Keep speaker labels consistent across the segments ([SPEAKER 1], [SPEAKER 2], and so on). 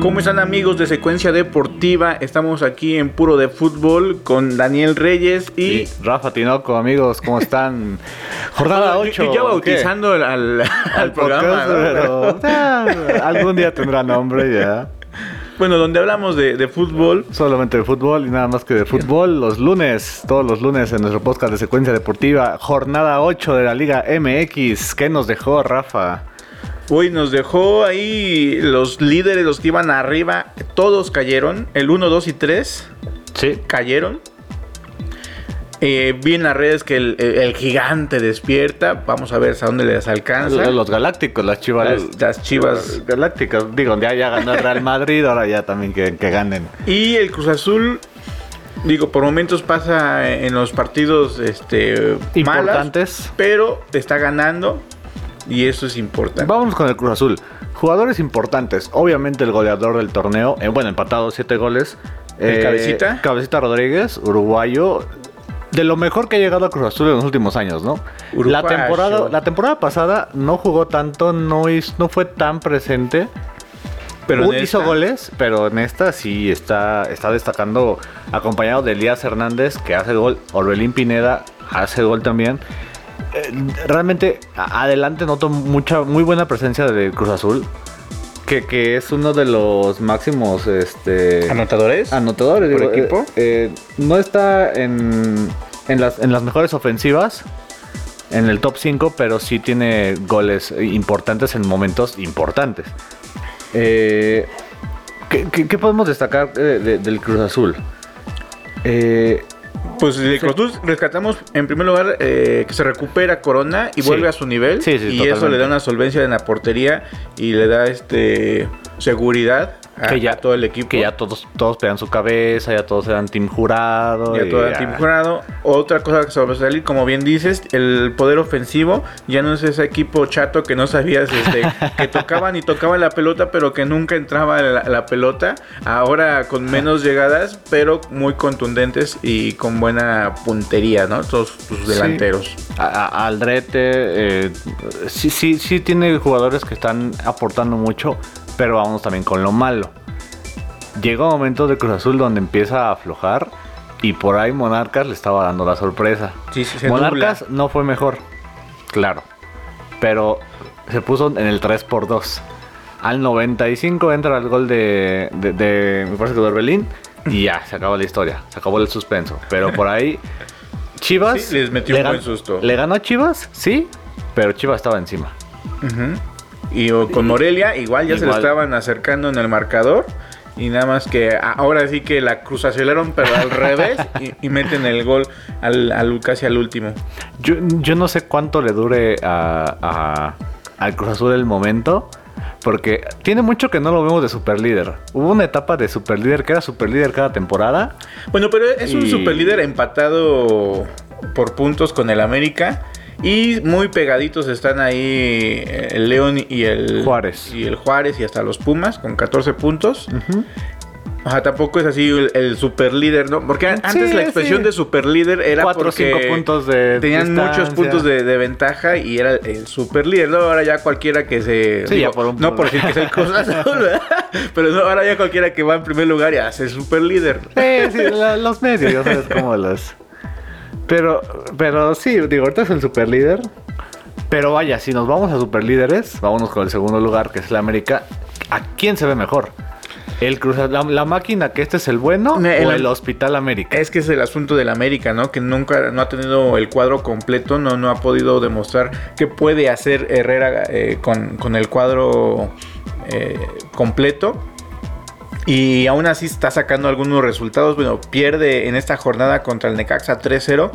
[SPEAKER 1] ¿Cómo están amigos de Secuencia Deportiva? Estamos aquí en Puro de Fútbol con Daniel Reyes y...
[SPEAKER 2] Y Rafa Tinoco, amigos, ¿cómo están? Jornada
[SPEAKER 1] Yo-
[SPEAKER 2] 8.
[SPEAKER 1] Yo ya bautizando al, al- al programa.
[SPEAKER 2] programa.
[SPEAKER 1] ¿no?
[SPEAKER 2] ah, algún día tendrá nombre ya.
[SPEAKER 1] Bueno, donde hablamos de, de fútbol.
[SPEAKER 2] Solamente de fútbol y nada más que de fútbol. Los lunes, todos los lunes en nuestro podcast de secuencia deportiva, jornada 8 de la Liga MX. ¿Qué nos dejó Rafa?
[SPEAKER 1] Hoy nos dejó ahí los líderes, los que iban arriba. Todos cayeron. El 1, 2 y 3
[SPEAKER 2] Sí.
[SPEAKER 1] cayeron. Eh, vi en las redes que el, el- el gigante despierta. Vamos a ver hasta dónde les alcanza.
[SPEAKER 2] Los galácticos, las chivas.
[SPEAKER 1] Las- las Chivas.
[SPEAKER 2] galácticas. Digo, ya, ya ganó el Real Madrid, ahora ya también que, que ganen.
[SPEAKER 1] Y el Cruz Azul, digo, por momentos pasa en los partidos este, malas,
[SPEAKER 2] Importantes.
[SPEAKER 1] pero está ganando y eso es importante.
[SPEAKER 2] Vamos con el Cruz Azul. Jugadores importantes. Obviamente el goleador del torneo. eh, bueno, empatado, siete goles. Eh,
[SPEAKER 1] ¿El Cabecita?
[SPEAKER 2] Cabecita Rodríguez, uruguayo. De lo mejor que ha llegado a Cruz Azul en los últimos años, ¿no? La
[SPEAKER 1] Uruguayo.
[SPEAKER 2] temporada, la temporada pasada no jugó tanto, no, hiz- no fue tan presente.
[SPEAKER 1] Pero
[SPEAKER 2] Uh,
[SPEAKER 1] en
[SPEAKER 2] hizo
[SPEAKER 1] esta-
[SPEAKER 2] goles, pero en esta sí está, está destacando, acompañado de Elías Hernández, que hace gol, Orbelín Pineda hace gol también. Eh, realmente, a- adelante noto mucha, muy buena presencia de Cruz Azul, que, que es uno de los máximos este,
[SPEAKER 1] ¿Anotadores?
[SPEAKER 2] anotadores.
[SPEAKER 1] ¿Por
[SPEAKER 2] digo, eh,
[SPEAKER 1] equipo?
[SPEAKER 2] eh, no está en, en las, en las mejores ofensivas. En el top 5, pero sí tiene goles importantes en momentos importantes. Eh, ¿qué, qué- qué podemos destacar eh, de- del Cruz Azul? Eh,
[SPEAKER 1] Pues de Cruz Azul rescatamos en primer lugar eh, que se recupera Corona y
[SPEAKER 2] Sí.
[SPEAKER 1] vuelve a su nivel.
[SPEAKER 2] Sí, sí,
[SPEAKER 1] y eso
[SPEAKER 2] totalmente.
[SPEAKER 1] le da una solvencia en la portería y le da este seguridad a,
[SPEAKER 2] que ya
[SPEAKER 1] Ah, a todo el equipo.
[SPEAKER 2] Que ya todos, todos pegan su cabeza, ya todos eran team jurado.
[SPEAKER 1] Ya
[SPEAKER 2] y
[SPEAKER 1] todo
[SPEAKER 2] ya-
[SPEAKER 1] antimejorado. Otra cosa que sobresalir, como bien dices, el poder ofensivo. Ya no es ese equipo chato que no sabías este, que tocaban y tocaban la pelota, pero que nunca entraba la, la pelota. Ahora con menos llegadas, pero muy contundentes y con buena puntería, ¿no? Todos sus delanteros.
[SPEAKER 2] A- a- Aldrete, eh, sí, sí, sí tiene jugadores que están aportando mucho, pero vamos también con lo malo. Llega un momento de Cruz Azul donde empieza a aflojar y por ahí Monarcas le estaba dando la sorpresa.
[SPEAKER 1] Sí, sí, se
[SPEAKER 2] Monarcas no fue mejor, claro, pero se puso en el 3x2. Al 95 entra el gol de, de- de- me parece que de Orbelín y ya, se acabó la historia, se acabó el suspenso. Pero por ahí Chivas...
[SPEAKER 1] Sí, les metió un
[SPEAKER 2] gan-
[SPEAKER 1] buen susto.
[SPEAKER 2] Le ganó a Chivas, sí, pero Chivas estaba encima.
[SPEAKER 1] Ujú. Y o, con Morelia igual ya se le
[SPEAKER 2] Igual.
[SPEAKER 1] estaban acercando en el marcador. Y nada más que a- ahora sí que la cruzaciolaron, pero al revés. Y, y meten el gol al, al- casi al último.
[SPEAKER 2] Yo, yo no sé cuánto le dure a, a- al Cruz Azul el momento, porque tiene mucho que no lo vemos de superlíder. Hubo una etapa de superlíder que era superlíder cada temporada.
[SPEAKER 1] Bueno, pero es un
[SPEAKER 2] Y-
[SPEAKER 1] superlíder empatado por puntos con el América. Y muy pegaditos están ahí eh, el León y el
[SPEAKER 2] Juárez.
[SPEAKER 1] Y el Juárez y hasta los Pumas con 14 puntos. O sea, tampoco es así el, el superlíder, ¿no? Porque an- antes
[SPEAKER 2] Sí,
[SPEAKER 1] la expresión
[SPEAKER 2] sí.
[SPEAKER 1] de superlíder era
[SPEAKER 2] Cuatro o
[SPEAKER 1] porque
[SPEAKER 2] cinco puntos de
[SPEAKER 1] tenían
[SPEAKER 2] distancia.
[SPEAKER 1] muchos puntos de, de ventaja y era el superlíder. ¿no? Ahora ya cualquiera que se...
[SPEAKER 2] Sí, ya por un-
[SPEAKER 1] no por decir que es el Cruz Azul, ¿verdad? Pero no, ahora ya cualquiera que va en primer lugar ya es el superlíder.
[SPEAKER 2] Eh, sí, la- los medios, ya sabes cómo los. Pero, pero sí, digo, ahorita es el superlíder. Pero vaya, si nos vamos a superlíderes, vámonos con el segundo lugar, que es la América. ¿A quién se ve mejor? El Cruz Azul- la, la máquina que este es el bueno
[SPEAKER 1] Me-
[SPEAKER 2] o
[SPEAKER 1] el-
[SPEAKER 2] el Hospital América.
[SPEAKER 1] Es que es el asunto del América, ¿no? Que nunca no ha tenido el cuadro completo, no, no ha podido demostrar qué puede hacer Herrera eh, con, con el cuadro eh, completo. Y aún así está sacando algunos resultados. Bueno, pierde en esta jornada contra el Necaxa 3-0,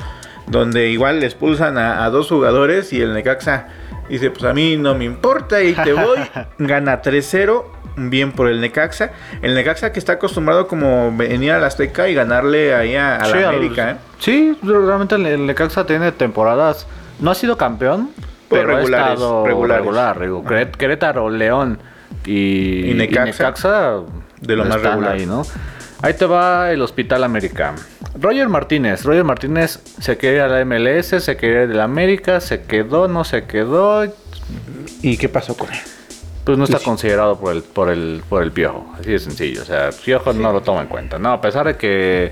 [SPEAKER 1] donde igual le expulsan a, a dos jugadores y el Necaxa dice, pues a mí no me importa y te voy. Gana 3-0, bien por el Necaxa. El Necaxa que está acostumbrado como venir al Azteca y ganarle ahí a, a
[SPEAKER 2] Sí,
[SPEAKER 1] la
[SPEAKER 2] al-
[SPEAKER 1] América. ¿eh?
[SPEAKER 2] Sí, realmente el, el Necaxa tiene temporadas. No ha sido campeón,
[SPEAKER 1] Pues
[SPEAKER 2] pero
[SPEAKER 1] regulares,
[SPEAKER 2] ha estado
[SPEAKER 1] regulares.
[SPEAKER 2] regular. digo, Queret- Querétaro, León y,
[SPEAKER 1] Y Necaxa. De lo más
[SPEAKER 2] están
[SPEAKER 1] regular.
[SPEAKER 2] Ahí, ¿no? ahí te va el Hospital América. Roger Martínez. Roger Martínez se quería a la MLS, se quería ir del América, se quedó, no se quedó.
[SPEAKER 1] ¿Y qué pasó con él?
[SPEAKER 2] pues no está considerado por el, por el, por el piojo. Así de sencillo. O sea, el piojo no lo toma en cuenta. No, a pesar de que,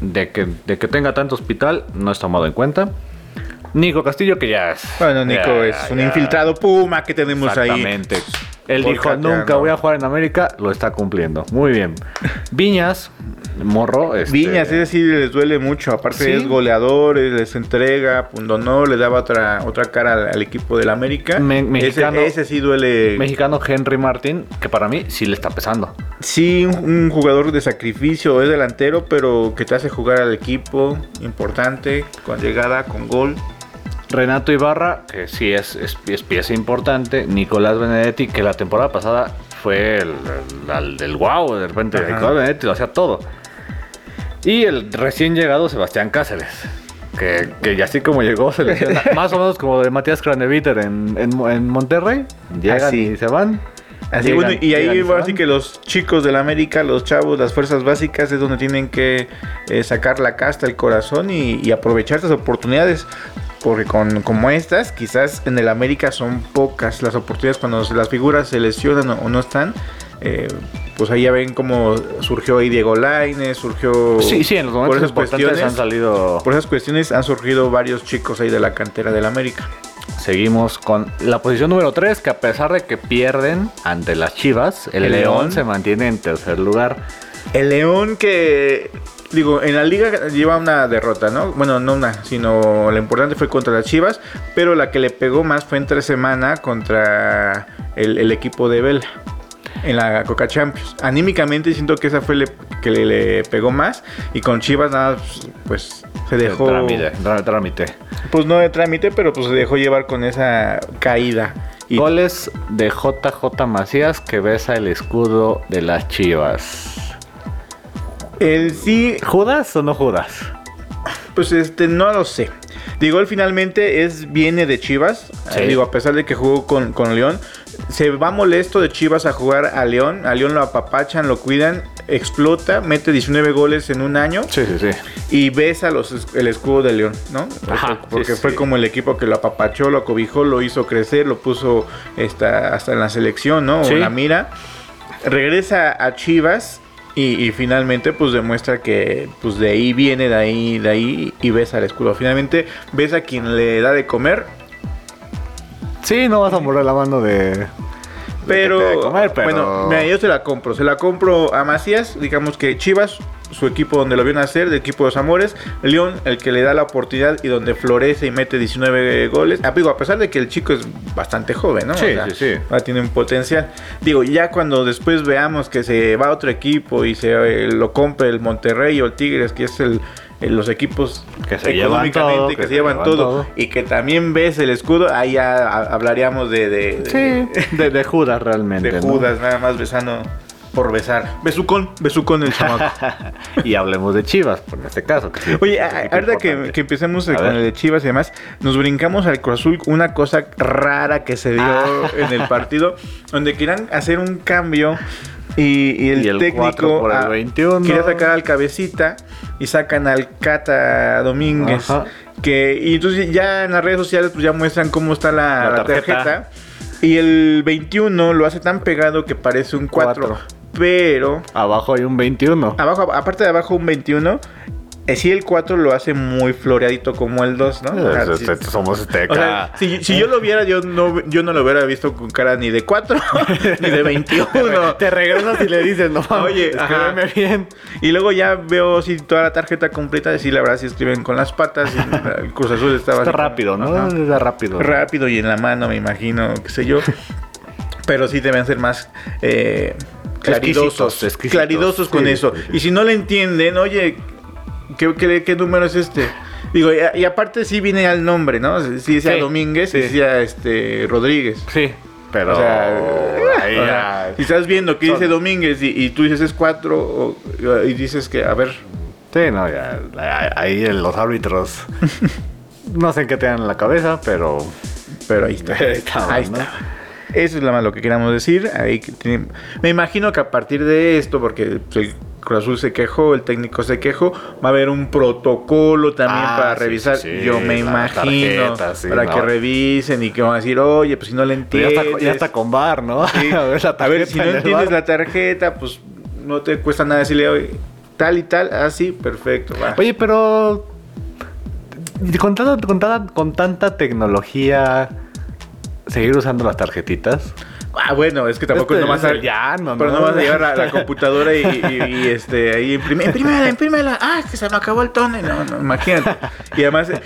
[SPEAKER 2] de que, de que tenga tanto hospital, no es tomado en cuenta. Nico Castillo, que ya es.
[SPEAKER 1] Bueno, Nico
[SPEAKER 2] ya,
[SPEAKER 1] es un
[SPEAKER 2] ya.
[SPEAKER 1] infiltrado puma que tenemos ahí.
[SPEAKER 2] Exactamente. Él dijo,
[SPEAKER 1] Volcateando.
[SPEAKER 2] nunca voy a jugar en América, lo está cumpliendo. Muy bien. Viñas, morro. este,
[SPEAKER 1] Viñas, es decir, les duele mucho. Aparte
[SPEAKER 2] Sí.
[SPEAKER 1] es goleador, eh, les entrega, punto no, le daba otra otra cara al, al equipo del América.
[SPEAKER 2] Me-
[SPEAKER 1] Ese-
[SPEAKER 2] mexicano-
[SPEAKER 1] ese, sí duele.
[SPEAKER 2] Mexicano Henry Martin, que para mí sí le está pesando.
[SPEAKER 1] Sí, un, un jugador de sacrificio, es delantero, pero que te hace jugar al equipo, importante, con llegada, con gol.
[SPEAKER 2] Renato Ibarra, que sí es, es, es pieza importante. Nicolás Benedetti, que la temporada pasada fue el, el- al- del guau. De repente,
[SPEAKER 1] Ajá.
[SPEAKER 2] Nicolás Benedetti lo hacía todo. Y el recién llegado Sebastián Cáceres, que, que ya así como llegó, se lesiona. más o menos como de Matías Craneviter en, en- en Monterrey. Llegan
[SPEAKER 1] Así.
[SPEAKER 2] y se van.
[SPEAKER 1] Así,
[SPEAKER 2] Llegan-
[SPEAKER 1] bueno, y
[SPEAKER 2] llegan
[SPEAKER 1] ahí
[SPEAKER 2] se
[SPEAKER 1] ahora sí
[SPEAKER 2] van.
[SPEAKER 1] que los chicos de la América, los chavos, las fuerzas básicas es donde tienen que eh, sacar la casta, el corazón y, y aprovechar estas oportunidades. Porque con, como estas, quizás en el América son pocas las oportunidades cuando se- las figuras se lesionan o, o no están. eh, pues ahí ya ven cómo surgió ahí Diego Lainez, surgió...
[SPEAKER 2] Sí, sí, en los momentos
[SPEAKER 1] por esas
[SPEAKER 2] importantes han
[SPEAKER 1] cuestiones.
[SPEAKER 2] salido.
[SPEAKER 1] Por esas cuestiones han surgido varios chicos ahí de la cantera del América.
[SPEAKER 2] Seguimos con la posición número 3, que a pesar de que pierden ante las Chivas, el,
[SPEAKER 1] El
[SPEAKER 2] León,
[SPEAKER 1] León.
[SPEAKER 2] se mantiene en tercer lugar.
[SPEAKER 1] El León que, digo, en la liga lleva una derrota, ¿no? Bueno, no una, sino la importante fue contra las Chivas, pero la que le pegó más fue entre semana contra el, el equipo de Vela en la Coca Champions. Anímicamente siento que esa fue le, que le, le pegó más y con Chivas nada, pues, pues, se dejó...
[SPEAKER 2] Trámite, trá- trámite.
[SPEAKER 1] Pues no de trámite, pero pues se dejó llevar con esa caída. Y
[SPEAKER 2] Goles de JJ Macías que besa el escudo de las Chivas.
[SPEAKER 1] el sí
[SPEAKER 2] ¿Judas o no Judas?
[SPEAKER 1] Pues este, no lo sé. Digo, él finalmente es, viene de Chivas.
[SPEAKER 2] Sí.
[SPEAKER 1] Eh, Digo, a pesar de que jugó con, con León. Se va molesto de Chivas a jugar a León. A León lo apapachan, lo cuidan, explota, mete 19 goles en un año
[SPEAKER 2] Sí, sí, sí.
[SPEAKER 1] y besa los, es- el escudo de León, ¿no?
[SPEAKER 2] Ajá,
[SPEAKER 1] Porque
[SPEAKER 2] sí,
[SPEAKER 1] fue
[SPEAKER 2] sí.
[SPEAKER 1] como el equipo que lo apapachó, lo cobijó, lo hizo crecer, lo puso esta- hasta en la selección, ¿no? O
[SPEAKER 2] Sí.
[SPEAKER 1] en la mira. Regresa a Chivas y, y finalmente pues demuestra que pues de ahí viene, de ahí, de ahí y besa el escudo. Finalmente besa a quien le da de comer,
[SPEAKER 2] Sí, no vas a morir la mano de.
[SPEAKER 1] pero,
[SPEAKER 2] de que te dé de comer, pero-
[SPEAKER 1] bueno, mira, yo se la compro, se la compro a Macías, digamos que Chivas, su equipo donde lo vio nacer, del equipo de los amores, León, el que le da la oportunidad y donde florece y mete 19 goles, Ah, digo, a pesar de que el chico es bastante joven, ¿no?
[SPEAKER 2] Sí, sí, sí.
[SPEAKER 1] ah, Tiene un potencial. Digo, ya cuando después veamos que se va a otro equipo y se eh, lo compre el Monterrey o el Tigres, que es el, eh, los equipos
[SPEAKER 2] Que se llevan todo,
[SPEAKER 1] que, se llevan todo,
[SPEAKER 2] todo.
[SPEAKER 1] y que también ves el escudo, ahí ya ah, hablaríamos de- de- de,
[SPEAKER 2] Sí, de, de Judas realmente.
[SPEAKER 1] de
[SPEAKER 2] ¿no?
[SPEAKER 1] Judas, nada más besando por besar. Besucón, besucón el chamaco.
[SPEAKER 2] y hablemos de Chivas, por este caso. que sí,
[SPEAKER 1] Oye,
[SPEAKER 2] es
[SPEAKER 1] a-
[SPEAKER 2] un equipo
[SPEAKER 1] ahorita que,
[SPEAKER 2] importante.
[SPEAKER 1] que empecemos eh,
[SPEAKER 2] A
[SPEAKER 1] con
[SPEAKER 2] ver.
[SPEAKER 1] el de Chivas y demás, nos brincamos al Cruz Azul, una cosa rara que se dio
[SPEAKER 2] Ah.
[SPEAKER 1] en el partido, donde querían hacer un cambio y, y el,
[SPEAKER 2] Y el cuatro
[SPEAKER 1] técnico
[SPEAKER 2] por el
[SPEAKER 1] ah,
[SPEAKER 2] 21.
[SPEAKER 1] quería sacar al cabecita y sacan al Cata Domínguez.
[SPEAKER 2] Ajá.
[SPEAKER 1] Que, y entonces ya en las redes sociales pues ya muestran cómo está la,
[SPEAKER 2] La
[SPEAKER 1] la tarjeta.
[SPEAKER 2] tarjeta.
[SPEAKER 1] Y el 21 lo hace tan pegado que parece un 4.
[SPEAKER 2] Cuatro.
[SPEAKER 1] Pero
[SPEAKER 2] Abajo hay un 21.
[SPEAKER 1] Abajo, aparte de abajo un 21, eh, sí el 4 lo hace muy floreadito como el 2, ¿no? O sea,
[SPEAKER 2] Es-
[SPEAKER 1] sí-
[SPEAKER 2] es- Eh, este, Somos
[SPEAKER 1] o sea,
[SPEAKER 2] Azteca.
[SPEAKER 1] si, si yo lo viera, yo no, yo no lo hubiera visto con cara ni de 4 ni de 21.
[SPEAKER 2] Te regresas y le dices, no,
[SPEAKER 1] Oye,
[SPEAKER 2] oye,
[SPEAKER 1] ajá.
[SPEAKER 2] escríbeme bien.
[SPEAKER 1] Y luego ya veo si toda la tarjeta completa, si la verdad si escriben con las patas, y el Cruz Azul estaba... así
[SPEAKER 2] Está
[SPEAKER 1] como-
[SPEAKER 2] rápido, ¿no?
[SPEAKER 1] Ajá.
[SPEAKER 2] Está rápido.
[SPEAKER 1] rápido y en la mano, me imagino, qué sé yo. Pero sí deben ser más eh, claridosos,
[SPEAKER 2] Exquisitos, exquisitos.
[SPEAKER 1] claridosos con
[SPEAKER 2] Sí,
[SPEAKER 1] eso.
[SPEAKER 2] sí, sí.
[SPEAKER 1] Y si no le entienden, oye, ¿qué, qué, qué número es este? Digo, y, a- y aparte sí viene al nombre, ¿no? Sí decía
[SPEAKER 2] Sí,
[SPEAKER 1] Domínguez, sí
[SPEAKER 2] sí.
[SPEAKER 1] decía este, Rodríguez.
[SPEAKER 2] Sí, pero.
[SPEAKER 1] O sea,
[SPEAKER 2] ahí
[SPEAKER 1] o sea,
[SPEAKER 2] ya-
[SPEAKER 1] si estás viendo que
[SPEAKER 2] Son-
[SPEAKER 1] dice Domínguez y, y tú dices es cuatro o- y dices que, a ver,
[SPEAKER 2] Sí, no, ya. ya- Ahí en los árbitros. no sé en qué te dan en la cabeza, pero.
[SPEAKER 1] Pero ahí está.
[SPEAKER 2] Ahí estaba,
[SPEAKER 1] ahí
[SPEAKER 2] ¿no?
[SPEAKER 1] está. Eso es lo más lo que queríamos decir. Ahí que tiene- Me imagino que a partir de esto, porque pues, el Cruz Azul se quejó, el técnico se quejó, va a haber un protocolo también
[SPEAKER 2] Ah,
[SPEAKER 1] para
[SPEAKER 2] sí,
[SPEAKER 1] revisar.
[SPEAKER 2] sí, sí,
[SPEAKER 1] Yo me
[SPEAKER 2] la
[SPEAKER 1] imagino
[SPEAKER 2] tarjeta, sí,
[SPEAKER 1] para
[SPEAKER 2] no.
[SPEAKER 1] que revisen y que van a decir, oye, pues si no le
[SPEAKER 2] Pero Ya
[SPEAKER 1] entiendes.
[SPEAKER 2] está, ya está con bar, ¿no?
[SPEAKER 1] Sí.
[SPEAKER 2] a ver, la
[SPEAKER 1] A ver, si
[SPEAKER 2] tarjeta
[SPEAKER 1] no
[SPEAKER 2] en el
[SPEAKER 1] entiendes
[SPEAKER 2] bar.
[SPEAKER 1] la tarjeta, pues no te cuesta nada decirle "Oye, tal y tal, así, perfecto. va".
[SPEAKER 2] Oye, pero. Con tanta, con, tanta, con tanta tecnología, seguir usando las tarjetitas.
[SPEAKER 1] Ah, bueno, es que tampoco
[SPEAKER 2] Este
[SPEAKER 1] no vas
[SPEAKER 2] es
[SPEAKER 1] a.
[SPEAKER 2] el Este, Jan, mamá.
[SPEAKER 1] pero no vas a llevar a la computadora y, y- y, este ahí imprimir. Imprímela, imprímela. Ah, que se me acabó el tonel. No, no, imagínate. Y además, eh,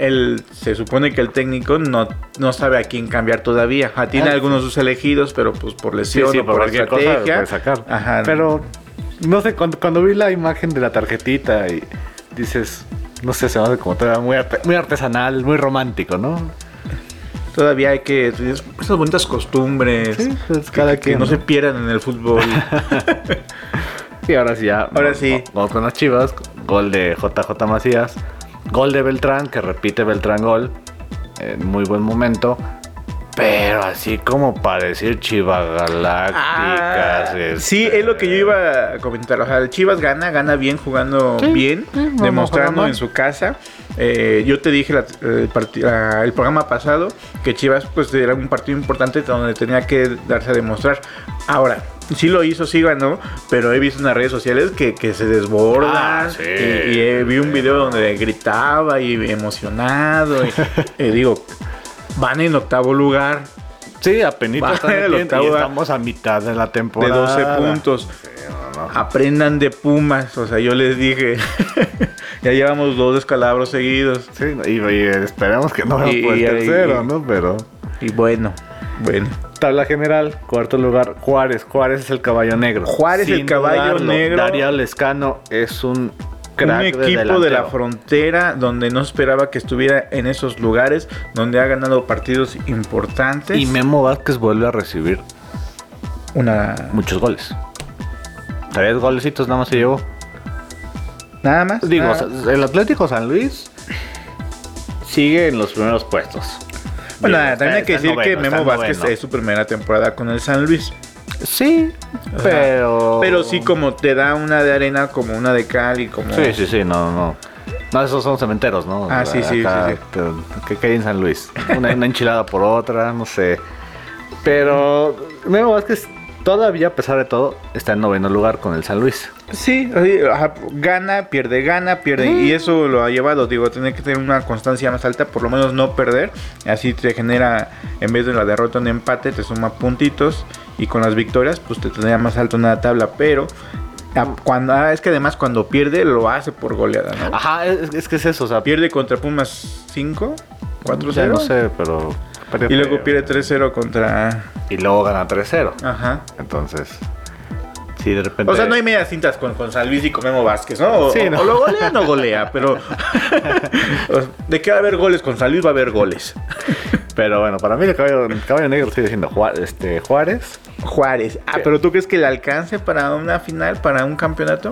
[SPEAKER 1] el, se supone que el técnico no, no sabe a quién cambiar todavía. Ajá, tiene
[SPEAKER 2] Ah,
[SPEAKER 1] algunos de sus elegidos, pero pues por
[SPEAKER 2] Sí,
[SPEAKER 1] lesión
[SPEAKER 2] sí,
[SPEAKER 1] o por,
[SPEAKER 2] por cualquier cosa
[SPEAKER 1] estrategia.
[SPEAKER 2] puedes sacar.
[SPEAKER 1] Ajá.
[SPEAKER 2] Pero, no sé, cuando, cuando vi la imagen de la tarjetita y dices, no sé, se me hace como todavía muy, arte- muy artesanal, muy romántico, ¿no?
[SPEAKER 1] todavía hay que tener esas bonitas costumbres.
[SPEAKER 2] Sí, pues,
[SPEAKER 1] que-
[SPEAKER 2] cada
[SPEAKER 1] que,
[SPEAKER 2] quien,
[SPEAKER 1] no
[SPEAKER 2] ¿no?
[SPEAKER 1] se pierdan en el fútbol.
[SPEAKER 2] Y ahora sí ya.
[SPEAKER 1] Ahora sí.
[SPEAKER 2] Gol con las chivas, gol de JJ Macías, gol de Beltrán, que repite Beltrán gol, en muy buen momento. Pero así como para decir
[SPEAKER 1] Ah,
[SPEAKER 2] chivagalácticas.
[SPEAKER 1] sí,
[SPEAKER 2] este,
[SPEAKER 1] es lo que yo iba a comentar. O sea, el Chivas gana, gana bien, jugando
[SPEAKER 2] Sí,
[SPEAKER 1] bien,
[SPEAKER 2] sí, vamos,
[SPEAKER 1] demostrando
[SPEAKER 2] vamos.
[SPEAKER 1] en su casa. Eh, yo te dije la- el, parti- la- el programa pasado que Chivas pues era un partido importante donde tenía que darse a demostrar. Ahora, sí lo hizo, sí ganó, pero he visto en las redes sociales que, que se desborda.
[SPEAKER 2] Ah, sí.
[SPEAKER 1] y, y, eh, vi un video donde gritaba y emocionado. y, eh, digo, van en octavo lugar.
[SPEAKER 2] Sí, apenas
[SPEAKER 1] Va, el octavo va.
[SPEAKER 2] estamos a mitad de la
[SPEAKER 1] de
[SPEAKER 2] temporada.
[SPEAKER 1] 12 puntos. Aprendan de Pumas, o sea, yo les dije, ya llevamos dos descalabros seguidos.
[SPEAKER 2] Sí, y, y esperemos que no
[SPEAKER 1] Y-
[SPEAKER 2] vamos por
[SPEAKER 1] y-
[SPEAKER 2] el tercero,
[SPEAKER 1] y-
[SPEAKER 2] ¿no? Pero.
[SPEAKER 1] Y bueno, bueno.
[SPEAKER 2] Tabla general, cuarto lugar, Juárez. Juárez es el caballo negro.
[SPEAKER 1] Juárez, el caballo negro.
[SPEAKER 2] Darío Lescano es un crack.
[SPEAKER 1] un
[SPEAKER 2] de
[SPEAKER 1] equipo de, la
[SPEAKER 2] delantero.
[SPEAKER 1] frontera donde no esperaba que estuviera en esos lugares, donde ha ganado partidos importantes.
[SPEAKER 2] Y Memo Vázquez vuelve a recibir
[SPEAKER 1] Una...
[SPEAKER 2] muchos goles. Tres golecitos nada más se llevó.
[SPEAKER 1] Nada más.
[SPEAKER 2] Digo,
[SPEAKER 1] nada.
[SPEAKER 2] el Atlético San Luis sigue en los primeros puestos.
[SPEAKER 1] Bueno,
[SPEAKER 2] Digo,
[SPEAKER 1] también
[SPEAKER 2] está-
[SPEAKER 1] hay que
[SPEAKER 2] está
[SPEAKER 1] decir que
[SPEAKER 2] noveno, está
[SPEAKER 1] Memo Vázquez
[SPEAKER 2] noveno.
[SPEAKER 1] es su primera temporada con el San Luis.
[SPEAKER 2] Sí,
[SPEAKER 1] O sea,
[SPEAKER 2] pero.
[SPEAKER 1] Pero sí como te da una de arena, como una de cal y como...
[SPEAKER 2] Sí, sí, sí, no, no. No, esos son cementeros, ¿no?
[SPEAKER 1] Ah, sí, sí, sí, sí.
[SPEAKER 2] te- Que, que hay en San Luis. Una, una enchilada por otra, no sé. Pero Memo Vázquez todavía, a pesar de todo, está en noveno lugar con el San Luis.
[SPEAKER 1] Sí, así, ajá, gana, pierde, gana, pierde.
[SPEAKER 2] Mm.
[SPEAKER 1] Y eso lo ha llevado, digo, tiene que tener una constancia más alta, por lo menos no perder. Así te genera, en vez de la derrota, un empate, te suma puntitos. Y con las victorias, pues te tendría más alto en la tabla. Pero a- cuando, ah, es que además cuando pierde, lo hace por goleada, ¿no?
[SPEAKER 2] Ajá, es, es que es eso, o sea,
[SPEAKER 1] Pierde contra Pumas 5, 4-0.
[SPEAKER 2] ya no sé, pero.
[SPEAKER 1] Y luego pierde 3-0 contra...
[SPEAKER 2] Y luego gana 3-0.
[SPEAKER 1] Ajá.
[SPEAKER 2] Entonces, sí, de repente.
[SPEAKER 1] O sea, no hay medias cintas con, con San Luis y con Memo Vázquez, ¿no? O,
[SPEAKER 2] Sí,
[SPEAKER 1] o-
[SPEAKER 2] no.
[SPEAKER 1] o lo golea o no golea, pero. O- de que va a haber goles con San Luis, va a haber goles.
[SPEAKER 2] Pero bueno, para mí el caballo, el caballo negro sigue siendo Juárez. Este, Juárez.
[SPEAKER 1] Juárez. Ah, pero ¿tú crees que le alcance para una final, para un campeonato?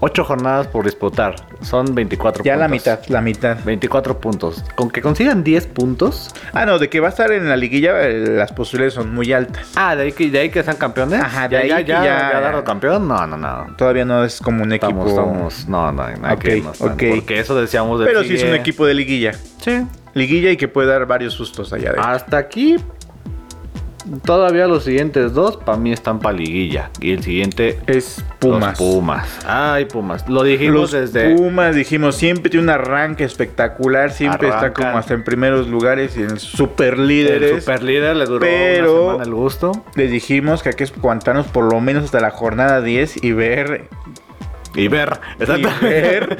[SPEAKER 2] Ocho jornadas por disputar. Son 24
[SPEAKER 1] Ya la
[SPEAKER 2] puntos.
[SPEAKER 1] mitad, la mitad.
[SPEAKER 2] 24 puntos. Con que consigan 10 puntos.
[SPEAKER 1] Ah, no, de que va a estar en la liguilla, eh, las posibilidades son muy altas.
[SPEAKER 2] Ah, de ahí que, de ahí que sean campeones.
[SPEAKER 1] Ajá,
[SPEAKER 2] ya,
[SPEAKER 1] de
[SPEAKER 2] ya,
[SPEAKER 1] ahí que
[SPEAKER 2] ya,
[SPEAKER 1] ya-
[SPEAKER 2] ya darlo campeón. No, no, no.
[SPEAKER 1] Todavía no es como un equipo.
[SPEAKER 2] Estamos, estamos. No, no, no. hay que
[SPEAKER 1] Ok,
[SPEAKER 2] irnos tan-
[SPEAKER 1] ok.
[SPEAKER 2] Porque eso decíamos del
[SPEAKER 1] Pero sí es un
[SPEAKER 2] sigue-
[SPEAKER 1] equipo de liguilla.
[SPEAKER 2] Sí.
[SPEAKER 1] Liguilla y que puede dar varios sustos allá de.
[SPEAKER 2] Hasta aquí. Todavía los siguientes dos para mí están para liguilla. Y el siguiente
[SPEAKER 1] Es
[SPEAKER 2] Los Pumas. Ay, Pumas. Lo dijimos
[SPEAKER 1] Los
[SPEAKER 2] desde.
[SPEAKER 1] Pumas, dijimos, siempre tiene un arranque espectacular, siempre está
[SPEAKER 2] Arrancan.
[SPEAKER 1] como hasta en primeros lugares y en super
[SPEAKER 2] El
[SPEAKER 1] líderes.
[SPEAKER 2] superlíder le duró
[SPEAKER 1] pero-
[SPEAKER 2] una semana el gusto.
[SPEAKER 1] Les dijimos que hay que aguantarnos por lo menos hasta la jornada 10 y ver,
[SPEAKER 2] Y ver.
[SPEAKER 1] y
[SPEAKER 2] Exactamente.
[SPEAKER 1] ver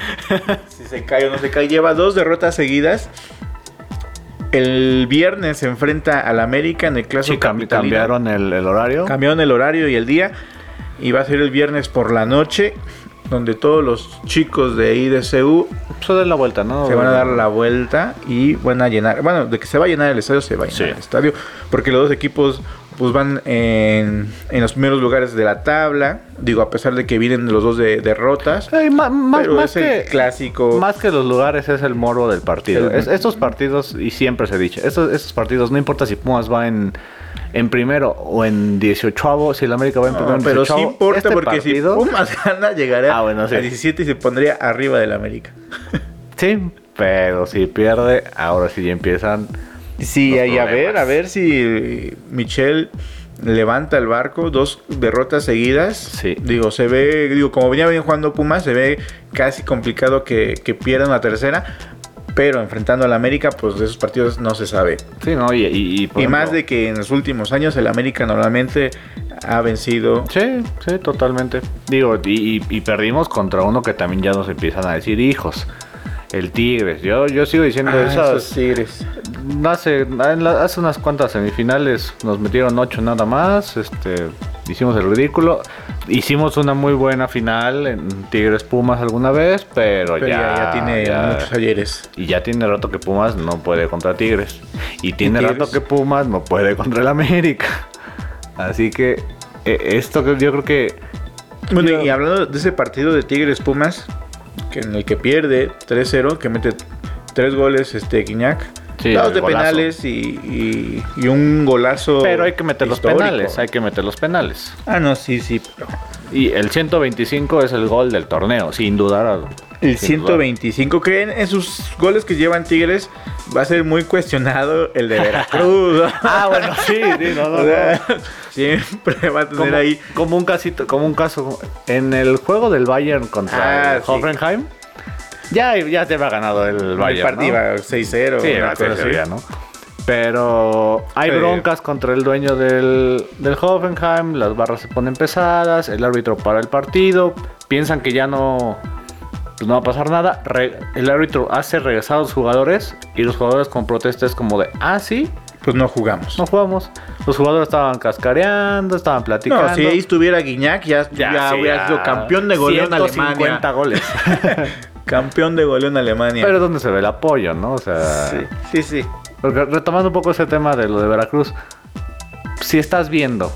[SPEAKER 1] si se cae o no se cae. Lleva dos derrotas seguidas. El viernes se enfrenta al América en el clásico
[SPEAKER 2] Sí, cambi-
[SPEAKER 1] capitalino.
[SPEAKER 2] cambiaron el, el horario.
[SPEAKER 1] Cambiaron el horario y el día. Y va a ser el viernes por la noche, donde todos los chicos de IDCU
[SPEAKER 2] Pues de la vuelta, ¿no?
[SPEAKER 1] Se van a dar la vuelta y van a llenar. Bueno, de que se va a llenar el estadio, se va a llenar
[SPEAKER 2] Sí.
[SPEAKER 1] el estadio. Porque los dos equipos pues van en, en los primeros lugares de la tabla. Digo, a pesar de que vienen los dos de derrotas.
[SPEAKER 2] Ay, ma- ma-
[SPEAKER 1] pero
[SPEAKER 2] más
[SPEAKER 1] es el
[SPEAKER 2] que-
[SPEAKER 1] clásico.
[SPEAKER 2] Más que los lugares es el morbo del partido.
[SPEAKER 1] El-
[SPEAKER 2] Es- estos partidos, y siempre se ha dicho, estos, estos partidos, no importa si Pumas va en, en primero o en 18 si el América va en
[SPEAKER 1] No,
[SPEAKER 2] primero o en
[SPEAKER 1] pero sí
[SPEAKER 2] 18avo,
[SPEAKER 1] importa
[SPEAKER 2] este
[SPEAKER 1] porque
[SPEAKER 2] partido-
[SPEAKER 1] si Pumas gana, llegaría
[SPEAKER 2] Ah, bueno, sí.
[SPEAKER 1] a 17 y se pondría arriba del América.
[SPEAKER 2] Sí, pero si pierde, ahora sí ya empiezan.
[SPEAKER 1] Sí,
[SPEAKER 2] los
[SPEAKER 1] y a ver,
[SPEAKER 2] problemas.
[SPEAKER 1] a ver si Michel levanta el barco, dos derrotas seguidas.
[SPEAKER 2] Sí.
[SPEAKER 1] Digo, se ve, digo, como venía bien jugando Pumas, se ve casi complicado que, que pierda una tercera. Pero enfrentando al América, pues de esos partidos no se sabe.
[SPEAKER 2] Sí, ¿no? Y, y, y, por
[SPEAKER 1] y más
[SPEAKER 2] ejemplo-
[SPEAKER 1] de que en los últimos años el América normalmente ha vencido.
[SPEAKER 2] Sí, sí, totalmente. Digo, y, y- y perdimos contra uno que también ya nos empiezan a decir hijos. El Tigres. Yo, yo sigo diciendo
[SPEAKER 1] Ah,
[SPEAKER 2] esas.
[SPEAKER 1] esos Tigres.
[SPEAKER 2] No Hace, en la- hace unas cuantas semifinales nos metieron ocho nada más. Este, hicimos el ridículo. Hicimos una muy buena final en Tigres Pumas alguna vez, pero,
[SPEAKER 1] Pero
[SPEAKER 2] ya,
[SPEAKER 1] ya, ya tiene
[SPEAKER 2] ya-
[SPEAKER 1] muchos ayeres.
[SPEAKER 2] y ya tiene rato que Pumas no puede contra Tigres. Y tiene
[SPEAKER 1] Tigres?
[SPEAKER 2] rato que Pumas no puede contra el América. Así que eh, esto que yo creo que
[SPEAKER 1] Bueno,
[SPEAKER 2] Yo-
[SPEAKER 1] y hablando de ese partido de Tigres Pumas, que en el que pierde 3-0, que mete tres goles este Guiñac,
[SPEAKER 2] Sí,
[SPEAKER 1] dos
[SPEAKER 2] el
[SPEAKER 1] de
[SPEAKER 2] golazo.
[SPEAKER 1] penales y, y- y un golazo.
[SPEAKER 2] Pero hay que meter
[SPEAKER 1] histórico.
[SPEAKER 2] los penales, hay que meter los penales.
[SPEAKER 1] Ah, no, sí, sí. pero
[SPEAKER 2] Y el 125 es el gol del torneo, sin dudar.
[SPEAKER 1] El
[SPEAKER 2] sin dudar.
[SPEAKER 1] 125, que en, en sus goles que llevan Tigres va a ser muy cuestionado el de Veracruz. ¿no?
[SPEAKER 2] Ah, bueno, sí, sí, no, no,
[SPEAKER 1] O
[SPEAKER 2] no.
[SPEAKER 1] sea, siempre va a tener
[SPEAKER 2] Como,
[SPEAKER 1] ahí.
[SPEAKER 2] como un casito, como un caso. En el juego del Bayern contra
[SPEAKER 1] Ah,
[SPEAKER 2] el
[SPEAKER 1] sí.
[SPEAKER 2] Hoffenheim, ya, ya te había ganado el
[SPEAKER 1] El
[SPEAKER 2] Bayern.
[SPEAKER 1] partido
[SPEAKER 2] ¿no?
[SPEAKER 1] iba 6-0.
[SPEAKER 2] Sí,
[SPEAKER 1] una
[SPEAKER 2] va a ser
[SPEAKER 1] cosa así.
[SPEAKER 2] seria, ¿no? Pero hay
[SPEAKER 1] Sí.
[SPEAKER 2] broncas contra el dueño del, del Hoffenheim, las barras se ponen pesadas, el árbitro para el partido, piensan que ya no, pues no va a pasar nada, re- el árbitro hace regresar a los jugadores y los jugadores con protestas como de, ah, sí,
[SPEAKER 1] Pues no jugamos.
[SPEAKER 2] no jugamos. Los jugadores estaban cascareando, estaban platicando.
[SPEAKER 1] No, si ahí estuviera Guiñac, ya, ya,
[SPEAKER 2] sí,
[SPEAKER 1] hubiera
[SPEAKER 2] ya.
[SPEAKER 1] sido campeón de goleo en
[SPEAKER 2] 150
[SPEAKER 1] Alemania.
[SPEAKER 2] goles.
[SPEAKER 1] Campeón de goleo en Alemania.
[SPEAKER 2] Pero es donde se ve el apoyo, ¿no? O sea...
[SPEAKER 1] sí, sí, sí.
[SPEAKER 2] Porque retomando un poco ese tema de lo de Veracruz, si estás viendo